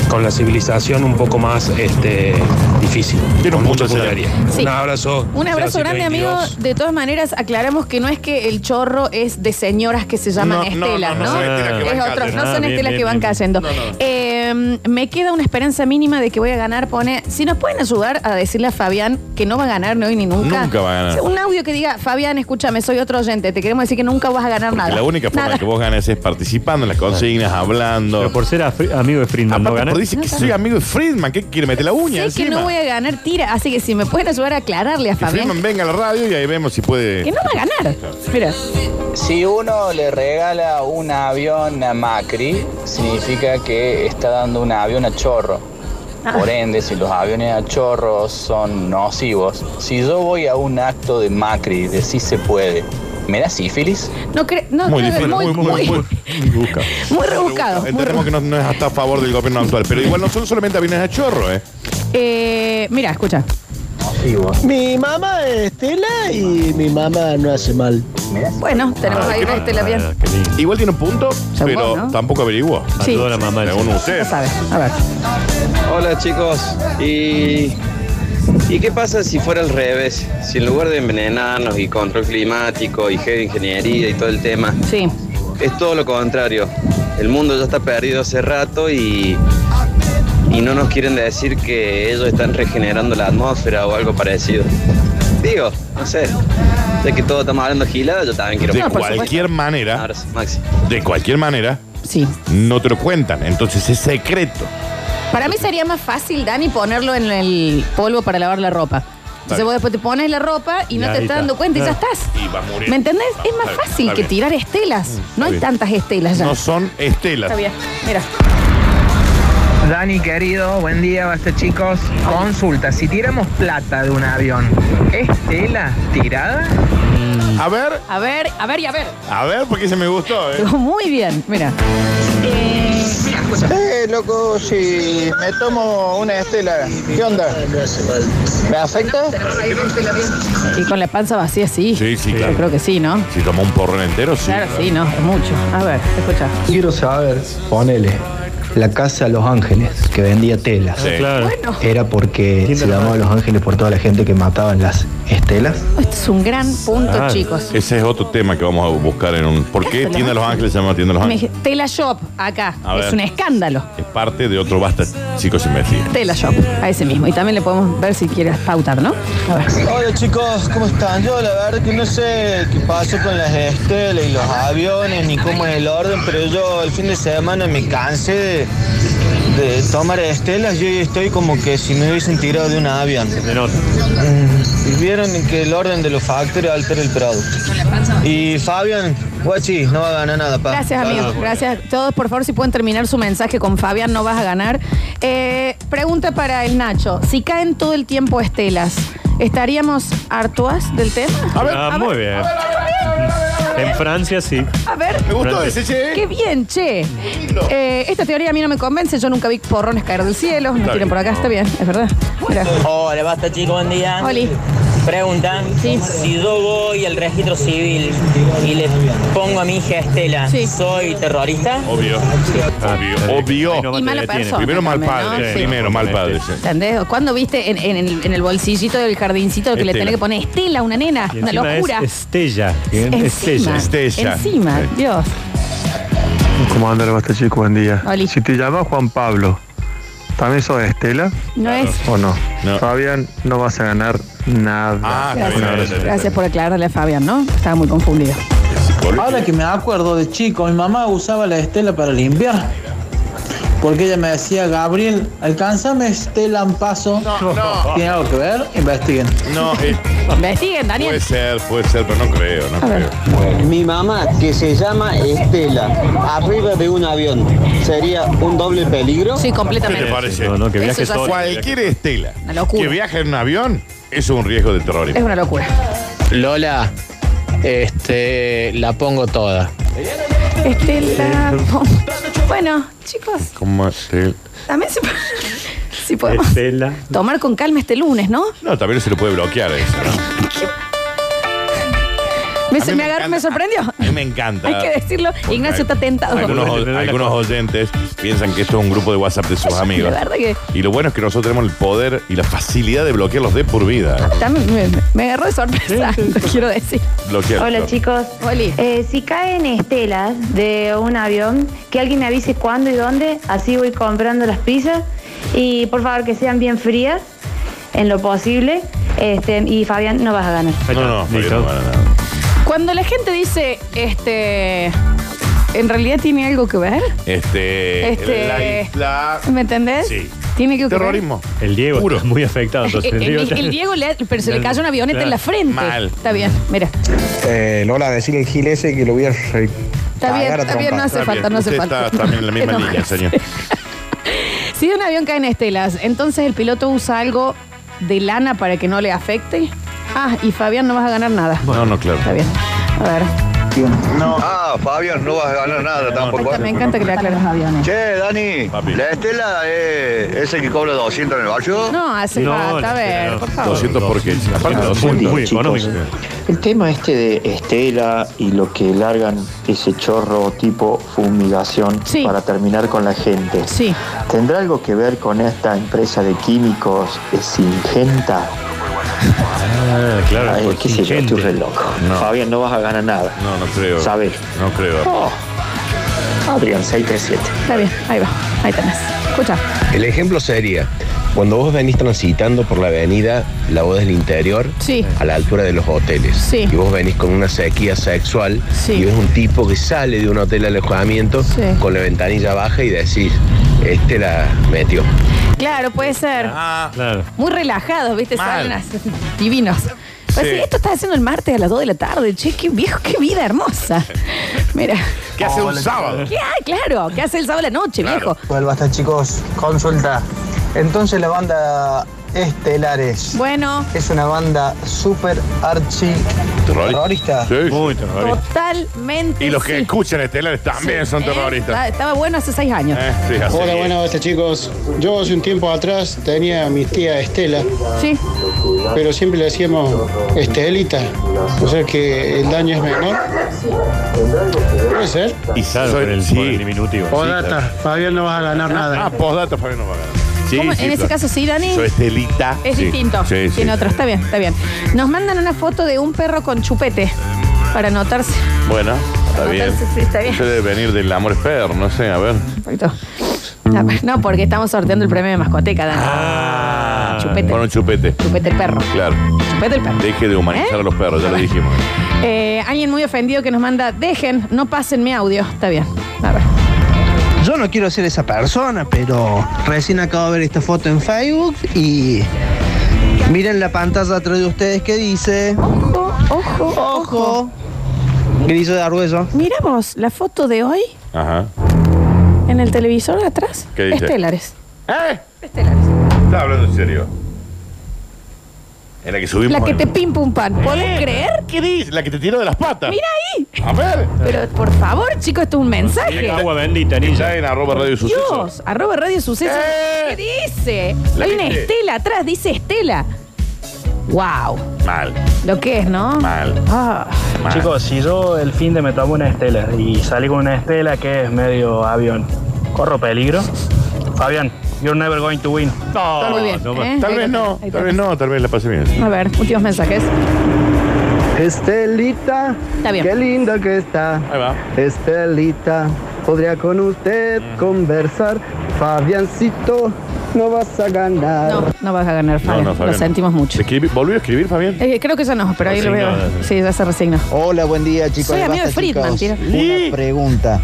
[SPEAKER 8] con la civilización un poco más este, difícil.
[SPEAKER 2] Tiene un
[SPEAKER 8] Con mucha
[SPEAKER 2] punto, señor.
[SPEAKER 8] puntería.
[SPEAKER 1] Sí.
[SPEAKER 8] Un abrazo.
[SPEAKER 1] Un abrazo
[SPEAKER 8] 0722.
[SPEAKER 1] grande, amigo. De todas maneras, aclaramos que no es que el chorro es de señoras que se llaman
[SPEAKER 2] No, no,
[SPEAKER 1] estelas,
[SPEAKER 2] no,
[SPEAKER 1] ¿no?
[SPEAKER 2] no,
[SPEAKER 3] son estelas que
[SPEAKER 1] Es
[SPEAKER 2] van
[SPEAKER 1] otro,
[SPEAKER 2] cayendo.
[SPEAKER 1] no
[SPEAKER 3] Ah,
[SPEAKER 1] son
[SPEAKER 3] bien,
[SPEAKER 1] estelas
[SPEAKER 3] bien,
[SPEAKER 1] que van
[SPEAKER 3] bien.
[SPEAKER 1] cayendo. Eh, me queda una esperanza mínima de que voy a ganar. Pone, si nos pueden ayudar a decirle a Fabián que no va a ganar ni hoy ni nunca.
[SPEAKER 2] Nunca va a ganar.
[SPEAKER 1] Un audio que diga, Fabián, escúchame, soy otro oyente, te queremos decir que nunca vas a ganar
[SPEAKER 2] Porque
[SPEAKER 1] nada.
[SPEAKER 2] la única forma
[SPEAKER 1] Nada.
[SPEAKER 2] que vos ganes es participando en las consignas, hablando.
[SPEAKER 3] Pero por ser afri- amigo de Friedman, ¿no
[SPEAKER 2] Aparte,
[SPEAKER 3] gana?
[SPEAKER 2] pero dice que soy amigo de Friedman. ¿Qué quiere meter la uña?
[SPEAKER 1] Sé que no voy a ganar, tira. Así que si me pueden ayudar a aclararle a
[SPEAKER 2] Que Friedman
[SPEAKER 1] Fabián
[SPEAKER 2] venga a la radio y ahí vemos si
[SPEAKER 1] que
[SPEAKER 2] puede.
[SPEAKER 1] no va a ganar. Mira.
[SPEAKER 7] Si uno le regala un avión a Macri, significa que está dando un avión a chorro.
[SPEAKER 1] Ah.
[SPEAKER 7] Por ende, si los aviones a chorros son nocivos, si yo voy a un acto de Macri de si se puede, ¿me da sífilis?
[SPEAKER 1] No cre- no,
[SPEAKER 2] Muy
[SPEAKER 1] creo-
[SPEAKER 2] difícil, muy, muy, muy. rebuscado.
[SPEAKER 1] muy rebuscado. muy
[SPEAKER 2] Entendemos que no, no es hasta a favor del gobierno actual, pero igual no son solamente aviones a chorro, ¿eh?
[SPEAKER 1] Eh, mira, escucha.
[SPEAKER 7] nocivos.
[SPEAKER 6] Mi mamá es Estela y mi mamá no hace mal.
[SPEAKER 1] Bueno, tenemos
[SPEAKER 2] Ah,
[SPEAKER 1] ahí
[SPEAKER 2] qué
[SPEAKER 1] a Estela bien.
[SPEAKER 3] Ah, qué lindo.
[SPEAKER 2] Igual tiene un punto,
[SPEAKER 1] Ya
[SPEAKER 2] pero
[SPEAKER 1] vos, ¿no?
[SPEAKER 2] tampoco averiguo.
[SPEAKER 1] Sí.
[SPEAKER 3] Saludo a la mamá. del
[SPEAKER 2] Según
[SPEAKER 3] chico.
[SPEAKER 2] usted.
[SPEAKER 1] Ya sabes. A ver.
[SPEAKER 9] Hola chicos, y, ¿y qué pasa si fuera al revés? Si en lugar de envenenarnos y control climático y geoingeniería y todo el tema,
[SPEAKER 1] Sí.
[SPEAKER 9] es todo lo contrario. El mundo ya está perdido hace rato y, y no nos quieren decir que ellos están regenerando la atmósfera o algo parecido. Digo, no sé, ya que todos estamos hablando gilada, yo también quiero...
[SPEAKER 2] De
[SPEAKER 1] No, por
[SPEAKER 2] cualquier manera,
[SPEAKER 9] Abrazo, Maxi.
[SPEAKER 2] de cualquier manera,
[SPEAKER 1] Sí.
[SPEAKER 2] no te lo cuentan. Entonces es secreto.
[SPEAKER 1] Para mí sería más fácil, Dani, ponerlo en el polvo para lavar la ropa. Entonces
[SPEAKER 2] Está
[SPEAKER 1] vos después te pones la ropa y no
[SPEAKER 3] Ya
[SPEAKER 1] te estás
[SPEAKER 3] ahí está.
[SPEAKER 1] dando cuenta y ya
[SPEAKER 3] Claro.
[SPEAKER 1] estás.
[SPEAKER 2] Ah. Y va a morir.
[SPEAKER 1] ¿Me entendés? Es más
[SPEAKER 2] Está bien,
[SPEAKER 1] fácil
[SPEAKER 2] está
[SPEAKER 1] que
[SPEAKER 2] bien. Mm,
[SPEAKER 1] tirar estelas. No hay
[SPEAKER 2] bien.
[SPEAKER 1] tantas estelas ya.
[SPEAKER 2] No son estelas.
[SPEAKER 1] Está bien. Mira.
[SPEAKER 10] Dani querido, buen día, basta chicos. Consulta, si tiramos plata de un avión, ¿es tela tirada?
[SPEAKER 2] A ver,
[SPEAKER 1] A ver, a ver y a ver.
[SPEAKER 2] a ver, porque se me gustó. ¿eh?
[SPEAKER 1] Muy bien. Mira.
[SPEAKER 6] Eh, loco, si me tomo una Estela, ¿qué onda? ¿Me afecta?
[SPEAKER 1] Y con la panza vacía, sí.
[SPEAKER 2] Sí, sí,
[SPEAKER 1] Yo creo
[SPEAKER 2] claro.
[SPEAKER 1] que sí, ¿no?
[SPEAKER 2] Si tomó un porrón entero, sí.
[SPEAKER 1] Claro, sí, no, es mucho. A ver, escucha.
[SPEAKER 6] Quiero saber, ponele, la casa Los Ángeles, que vendía telas,
[SPEAKER 2] Sí.
[SPEAKER 3] Claro.
[SPEAKER 1] Bueno,
[SPEAKER 6] era porque se llamaba Los Ángeles por toda la gente que mataban las estelas.
[SPEAKER 1] este es un gran punto,
[SPEAKER 3] Claro.
[SPEAKER 1] chicos.
[SPEAKER 2] Ese es otro tema que vamos a buscar en un. ¿Por qué
[SPEAKER 1] Eso,
[SPEAKER 2] Tienda
[SPEAKER 1] Los
[SPEAKER 2] Los Ángeles se llama Tienda Los
[SPEAKER 1] Me
[SPEAKER 2] Ángeles?
[SPEAKER 1] dije, Tela Shop, acá.
[SPEAKER 2] A
[SPEAKER 1] Es
[SPEAKER 2] ver.
[SPEAKER 1] un escándalo.
[SPEAKER 2] Es parte de otro basta, chicos, y media.
[SPEAKER 1] Tela Shop, a ese mismo. Y también le podemos ver si quieres pautar, ¿no? A ver.
[SPEAKER 6] Hola chicos, ¿cómo están? Yo la verdad que no sé qué pasó con las estelas y los aviones ni cómo es el orden, pero yo el fin de semana me cansé de, de tomar estelas y hoy estoy como que si me hubiesen tirado de un avión.
[SPEAKER 3] De nota.
[SPEAKER 6] Mm, Vieron que el orden de los factores altera el producto. Y Fabian, guachi, no va a ganar nada, pa.
[SPEAKER 1] Gracias, amigos.
[SPEAKER 3] pues.
[SPEAKER 1] Gracias. Todos, por favor, si pueden terminar su mensaje con Fabián, no vas a ganar. Eh, pregunta para el Nacho. Si caen todo el tiempo estelas, ¿estaríamos hartuas del tema?
[SPEAKER 3] Ah, muy bien. En Francia sí.
[SPEAKER 1] A ver.
[SPEAKER 2] Me gustó ese, che.
[SPEAKER 1] Qué bien, che. Eh, esta teoría a mí no me convence. Yo nunca vi porrones caer del cielo. Nos
[SPEAKER 2] Está
[SPEAKER 1] tiran
[SPEAKER 2] bien.
[SPEAKER 1] por acá, está bien, es verdad. Mira.
[SPEAKER 10] Hola, basta chicos, buen día.
[SPEAKER 1] Oli.
[SPEAKER 10] Pregunta,
[SPEAKER 1] Sí.
[SPEAKER 10] si yo voy al registro civil y le pongo a mi hija Estela,
[SPEAKER 1] Sí.
[SPEAKER 10] ¿soy terrorista?
[SPEAKER 2] Obvio. Obvio. Obvio.
[SPEAKER 1] Y mala persona.
[SPEAKER 2] Primero mal padre,
[SPEAKER 1] Sí.
[SPEAKER 2] primero mal padre. Ah, sí.
[SPEAKER 1] ¿Entendés? ¿Cuándo viste en, en el, en el bolsillito del jardincito que le
[SPEAKER 2] Estela.
[SPEAKER 1] tenés que poner Estela, una nena? Una locura.
[SPEAKER 3] Es Estella.
[SPEAKER 1] Encima,
[SPEAKER 2] Estella.
[SPEAKER 1] encima,
[SPEAKER 2] Sí.
[SPEAKER 1] Dios.
[SPEAKER 11] ¿Cómo andas, basta este chico? Buen día.
[SPEAKER 1] Oli.
[SPEAKER 11] Si te llamas Juan Pablo, ¿también sos Estela
[SPEAKER 1] No es.
[SPEAKER 11] o no?
[SPEAKER 2] No.
[SPEAKER 11] Fabian, no vas a ganar nada.
[SPEAKER 2] Ah, está bien, está bien, está
[SPEAKER 1] Gracias por aclararle a Fabián, ¿no? Estaba muy confundido.
[SPEAKER 2] bien.
[SPEAKER 6] Ahora que me acuerdo de chico, mi mamá usaba la estela para limpiar. Porque ella me decía, Gabriel, alcánzame estela en paso. ¿Tiene algo que ver? Investiguen.
[SPEAKER 2] No, eh,
[SPEAKER 1] Investiguen, Daniel.
[SPEAKER 2] puede ser, puede ser, pero no creo, no
[SPEAKER 1] A ver.
[SPEAKER 2] creo.
[SPEAKER 9] Mi mamá, que se llama Estela, arriba de un avión, ¿sería un doble peligro?
[SPEAKER 1] sí,
[SPEAKER 2] ¿Qué te
[SPEAKER 1] completamente.
[SPEAKER 2] parece?
[SPEAKER 3] No, no, que
[SPEAKER 1] Eso
[SPEAKER 3] viaje
[SPEAKER 1] ya
[SPEAKER 3] solo.
[SPEAKER 1] sé.
[SPEAKER 2] Cualquier estela
[SPEAKER 1] Una locura.
[SPEAKER 2] que viaja en un avión es un riesgo de
[SPEAKER 1] Es
[SPEAKER 2] terrorismo.
[SPEAKER 1] una locura.
[SPEAKER 6] Lola, este, la pongo toda.
[SPEAKER 1] Estela. Bueno, chicos,
[SPEAKER 2] ¿Cómo estel-
[SPEAKER 1] también [LAUGHS] se si podemos
[SPEAKER 2] Este-
[SPEAKER 3] Estela.
[SPEAKER 1] tomar con calma este lunes, ¿no?
[SPEAKER 2] No, también se lo puede bloquear eso, ¿no?
[SPEAKER 1] Me,
[SPEAKER 2] A mí
[SPEAKER 1] se- me, agar-
[SPEAKER 2] encanta-
[SPEAKER 1] me sorprendió.
[SPEAKER 2] A mí me encanta.
[SPEAKER 1] Hay que decirlo.
[SPEAKER 2] Porque
[SPEAKER 1] Ignacio está tentado.
[SPEAKER 2] Algunos,
[SPEAKER 3] Me duele la
[SPEAKER 2] algunos oyentes piensan que esto es un grupo de WhatsApp de [LAUGHS] sus amigos.
[SPEAKER 1] La verdad que
[SPEAKER 2] Y lo bueno es que nosotros tenemos el poder y la facilidad de bloquearlos de por vida.
[SPEAKER 1] también me, me agarró de sorpresa, [LAUGHS] lo quiero decir.
[SPEAKER 2] Bloquearlos.
[SPEAKER 12] Hola chicos.
[SPEAKER 1] Oli.
[SPEAKER 12] Eh, si caen estelas de un avión, que alguien me avise cuándo y dónde, así voy comprando las pizzas. Y por favor que sean bien frías, en lo posible. Este, y Fabián, no vas a ganar.
[SPEAKER 2] No, no, no,
[SPEAKER 3] Listo.
[SPEAKER 2] no, no, no.
[SPEAKER 1] Cuando la gente dice, este, en realidad tiene algo que ver,
[SPEAKER 2] Este,
[SPEAKER 1] Este-
[SPEAKER 2] La isla.
[SPEAKER 1] ¿me entendés?
[SPEAKER 2] Sí.
[SPEAKER 1] Tiene que
[SPEAKER 2] Terrorismo.
[SPEAKER 3] El Diego
[SPEAKER 2] Puro.
[SPEAKER 3] está
[SPEAKER 1] [LAUGHS]
[SPEAKER 3] muy afectado. entonces,
[SPEAKER 1] ver. El, el- el Diego, le, pero se le cayó una avioneta en la frente.
[SPEAKER 2] Mal.
[SPEAKER 1] Está bien, mira.
[SPEAKER 6] Eh, Lola, decirle al gil ese que lo voy a
[SPEAKER 1] Está bien, está bien, no hace
[SPEAKER 2] Está
[SPEAKER 1] falta,
[SPEAKER 2] bien.
[SPEAKER 1] no hace
[SPEAKER 2] Usted
[SPEAKER 1] falta.
[SPEAKER 2] Está también en la misma
[SPEAKER 1] [LAUGHS] No.
[SPEAKER 2] línea, señor.
[SPEAKER 1] Si un avión cae en estelas, entonces el piloto usa algo de lana para que no le afecte. Ah, y Fabián no vas a ganar nada.
[SPEAKER 2] No, no,
[SPEAKER 1] Está
[SPEAKER 2] claro.
[SPEAKER 1] bien. A ver.
[SPEAKER 9] No. Ah, Fabián, no vas a ganar nada tampoco.
[SPEAKER 1] Me encanta que le aclares aviones.
[SPEAKER 9] Che, Dani, la Estela es ese que cobra 200 en el barrio.
[SPEAKER 1] No, hace falta, a ver, por favor.
[SPEAKER 2] 200 porque aparte
[SPEAKER 13] Buen
[SPEAKER 2] 200
[SPEAKER 13] día,
[SPEAKER 2] muy
[SPEAKER 13] chicos.
[SPEAKER 2] económico.
[SPEAKER 13] El tema este de Estela y lo que largan ese chorro tipo fumigación para terminar con la gente. ¿Tendrá algo que ver con esta empresa de químicos eh, Singenta?
[SPEAKER 2] Ah, claro.
[SPEAKER 13] Ay, qué sé yo, estoy re loco.
[SPEAKER 2] No.
[SPEAKER 13] Fabián, no vas a ganar nada.
[SPEAKER 2] No, no creo.
[SPEAKER 13] ¿Sabes?
[SPEAKER 2] No creo.
[SPEAKER 13] Oh. Adrián, 637.
[SPEAKER 1] Está bien, ahí va, ahí tenés. Escucha.
[SPEAKER 14] El ejemplo sería, cuando vos venís transitando por la avenida La Voz del Interior,
[SPEAKER 1] Sí.
[SPEAKER 14] a la altura de los hoteles, y vos venís con una sequía sexual, y ves un tipo que sale de un hotel de alojamiento con la ventanilla baja y decís, este la metió.
[SPEAKER 1] Claro, puede ser.
[SPEAKER 14] Claro.
[SPEAKER 1] Muy relajados, ¿viste? Salen
[SPEAKER 14] Mal.
[SPEAKER 1] así, divinos. Pues sí, esto está haciendo el martes a las 2 de la tarde. Che, qué viejo, qué vida
[SPEAKER 2] [LAUGHS]
[SPEAKER 1] hermosa. Mira.
[SPEAKER 2] ¿Qué hace un sábado?
[SPEAKER 1] ¿Qué? Ah, claro, ¿qué hace el sábado a la noche, viejo?
[SPEAKER 7] Bueno, basta chicos, consulta. Entonces la banda Estelares.
[SPEAKER 1] Bueno.
[SPEAKER 7] Es una banda super archi terrorista.
[SPEAKER 2] Muy terrorista.
[SPEAKER 1] Totalmente.
[SPEAKER 2] Y los que
[SPEAKER 1] sí.
[SPEAKER 2] escuchan Estelares también son
[SPEAKER 1] Eh, está-
[SPEAKER 2] terroristas.
[SPEAKER 1] Estaba bueno hace 6 años.
[SPEAKER 2] Eh, sí, así.
[SPEAKER 15] Hola, buenas noches chicos. Yo hace un tiempo atrás tenía a mi tía Estela,
[SPEAKER 1] Sí.
[SPEAKER 15] pero siempre le decíamos Estelita, o sea que el daño es menor. Puede ser.
[SPEAKER 2] Y claro, por el, por el diminutivo.
[SPEAKER 15] Podata, Fabián no vas a ganar nada.
[SPEAKER 2] Ah, postdata Fabián no va a ganar. Sí,
[SPEAKER 1] ¿Cómo?
[SPEAKER 2] sí,
[SPEAKER 1] en ese
[SPEAKER 2] claro.
[SPEAKER 1] caso sí, Dani.
[SPEAKER 2] Soy Estelita.
[SPEAKER 1] Es
[SPEAKER 2] Sí.
[SPEAKER 1] distinto.
[SPEAKER 2] Sí, sí.
[SPEAKER 1] Tiene otro. Está bien, está bien. Nos mandan una foto de un perro con chupete para anotarse.
[SPEAKER 2] Bueno, está bien.
[SPEAKER 1] Entonces, sí, está bien.
[SPEAKER 2] Eso debe venir del amor perro, no sé, a ver.
[SPEAKER 1] Perfecto. No,
[SPEAKER 2] Mm.
[SPEAKER 1] No, porque estamos sorteando el premio de mascoteca, Dani.
[SPEAKER 2] Ah,
[SPEAKER 1] Chupete.
[SPEAKER 2] Bueno, un chupete.
[SPEAKER 1] Chupete el perro.
[SPEAKER 2] Claro.
[SPEAKER 1] Chupete el perro.
[SPEAKER 2] Deje de humanizar
[SPEAKER 1] ¿Eh?
[SPEAKER 2] a los perros, ya lo dijimos.
[SPEAKER 1] Eh, alguien muy ofendido que nos manda, dejen, no pasen mi audio. Está bien. A ver.
[SPEAKER 16] Yo no quiero ser esa persona, pero recién acabo de ver esta foto en Facebook y miren la pantalla atrás de ustedes que dice.
[SPEAKER 1] Ojo, ojo, ojo.
[SPEAKER 16] ¿Qué dice de Arguello?
[SPEAKER 1] Miramos la foto de hoy
[SPEAKER 2] Ajá.
[SPEAKER 1] en el televisor de atrás.
[SPEAKER 2] ¿Qué dice?
[SPEAKER 1] Estelares.
[SPEAKER 2] ¿Eh?
[SPEAKER 1] Estelares.
[SPEAKER 2] Está hablando en serio. En la que subimos.
[SPEAKER 1] La que
[SPEAKER 2] en-
[SPEAKER 1] te pim pum pan.
[SPEAKER 2] Eh.
[SPEAKER 1] ¿Podés creer?
[SPEAKER 2] ¿Qué dices? La que te tiró de las patas.
[SPEAKER 1] Mira ahí.
[SPEAKER 2] A ver.
[SPEAKER 1] Pero por favor, chicos, esto es un mensaje.
[SPEAKER 2] bendita, Está en arroba radio suceso.
[SPEAKER 1] Dios, arroba radio suceso. ¿Qué dice?
[SPEAKER 2] La
[SPEAKER 1] Hay una
[SPEAKER 2] gente-
[SPEAKER 1] estela atrás, dice Estela. Wow.
[SPEAKER 2] Mal.
[SPEAKER 1] Lo que es, ¿no?
[SPEAKER 2] Mal.
[SPEAKER 1] Ah.
[SPEAKER 17] Chicos, si yo el fin de me tomo una estela y salí con una estela que es medio avión, corro peligro. Fabián, you're never going to win. No,
[SPEAKER 1] Está muy bien,
[SPEAKER 17] no,
[SPEAKER 1] ¿eh?
[SPEAKER 2] Tal
[SPEAKER 1] Ahí
[SPEAKER 2] vez
[SPEAKER 1] lo
[SPEAKER 2] no,
[SPEAKER 1] tenés, ahí
[SPEAKER 2] tal
[SPEAKER 1] tenés.
[SPEAKER 2] vez no, tal vez la pase bien.
[SPEAKER 1] A ver, últimos mensajes.
[SPEAKER 6] Estelita, qué linda que está. Estelita, podría con usted conversar. Fabiancito, no vas a ganar.
[SPEAKER 1] No, no vas a ganar, Fabián. Lo
[SPEAKER 2] Fabián.
[SPEAKER 1] sentimos mucho.
[SPEAKER 2] Escribí- ¿Volvió a escribir, Fabián?
[SPEAKER 1] Eh, creo que ya no, pero ahí lo veo.
[SPEAKER 2] Resignado.
[SPEAKER 1] Sí, ya se resigna.
[SPEAKER 6] Hola, buen día, chicos.
[SPEAKER 1] Soy
[SPEAKER 6] de
[SPEAKER 1] amigo de
[SPEAKER 6] Basta,
[SPEAKER 1] Friedman,
[SPEAKER 6] chicos.
[SPEAKER 1] tira.
[SPEAKER 6] Una pregunta.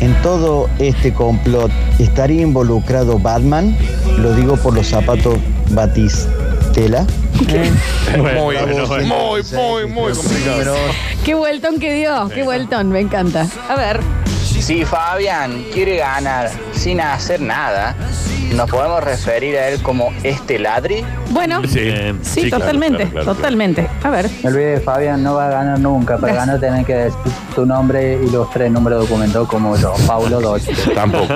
[SPEAKER 6] En todo este complot, ¿estaría involucrado Batman? Lo digo por los zapatos Batistela.
[SPEAKER 2] Muy, muy, muy, muy complicado.
[SPEAKER 1] Qué vueltón que dio, qué vueltón, me encanta. A ver.
[SPEAKER 18] Si Fabián quiere ganar sin hacer nada, nos podemos referir a él como este ladri.
[SPEAKER 1] Bueno, sí,
[SPEAKER 18] sí, claro,
[SPEAKER 1] totalmente,
[SPEAKER 18] claro, claro,
[SPEAKER 1] totalmente. A ver.
[SPEAKER 19] No olvides, Fabián no va a ganar nunca. Para ganar tenés que decir tu nombre y los tres números de documento como yo, Paulo Doche.
[SPEAKER 2] Tampoco.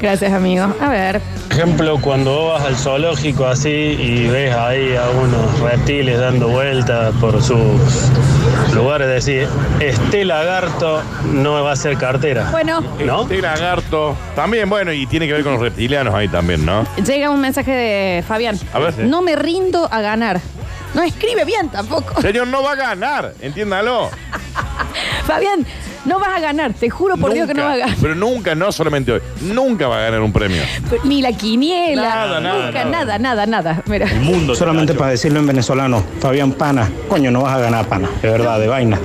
[SPEAKER 1] Gracias, amigo. A ver.
[SPEAKER 3] Por ejemplo, cuando vos vas al zoológico así y ves ahí a unos reptiles dando vueltas por sus lugares, decís, este lagarto no va a ser cartera.
[SPEAKER 1] Bueno.
[SPEAKER 2] ¿No? Este lagarto. También, bueno, y tiene que ver con los reptilianos ahí también, ¿no?
[SPEAKER 1] Llega un mensaje de Fabián.
[SPEAKER 2] A ver.
[SPEAKER 1] No me rindo a ganar. No escribe bien tampoco.
[SPEAKER 2] Señor, no va a ganar, entiéndalo.
[SPEAKER 1] [LAUGHS] Fabián, no vas a ganar. Te juro por Dios que no vas a ganar.
[SPEAKER 2] Pero nunca, no solamente hoy, nunca va a ganar un premio.
[SPEAKER 1] [LAUGHS] Ni la quiniela.
[SPEAKER 2] Nada, nada,
[SPEAKER 1] nunca,
[SPEAKER 2] nada.
[SPEAKER 1] nada, nada, nada. Mira.
[SPEAKER 20] Solamente para decirlo en venezolano, Fabián Pana, coño, no vas a ganar pana, de verdad, de vaina.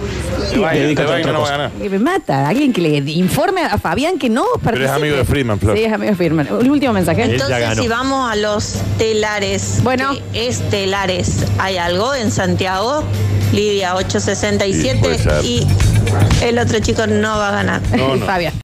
[SPEAKER 2] De vaina,
[SPEAKER 20] Dedícate
[SPEAKER 2] de
[SPEAKER 20] a
[SPEAKER 2] vaina
[SPEAKER 20] otra
[SPEAKER 2] no va a
[SPEAKER 20] cosa.
[SPEAKER 2] ganar.
[SPEAKER 1] Que me mata. Alguien que le informe a Fabián que no
[SPEAKER 2] Pero es
[SPEAKER 1] participe.
[SPEAKER 2] amigo de Friedman, Flor.
[SPEAKER 1] Sí, es amigo de Friedman. El último mensaje.
[SPEAKER 8] Entonces, si vamos a los telares, bueno, es telares, ¿hay algo en Santiago? Lidia
[SPEAKER 2] Sí, puede
[SPEAKER 8] 867
[SPEAKER 2] ser.
[SPEAKER 8] y el otro chico no va a ganar.
[SPEAKER 2] No,
[SPEAKER 1] [LAUGHS]
[SPEAKER 2] no.
[SPEAKER 1] Fabián.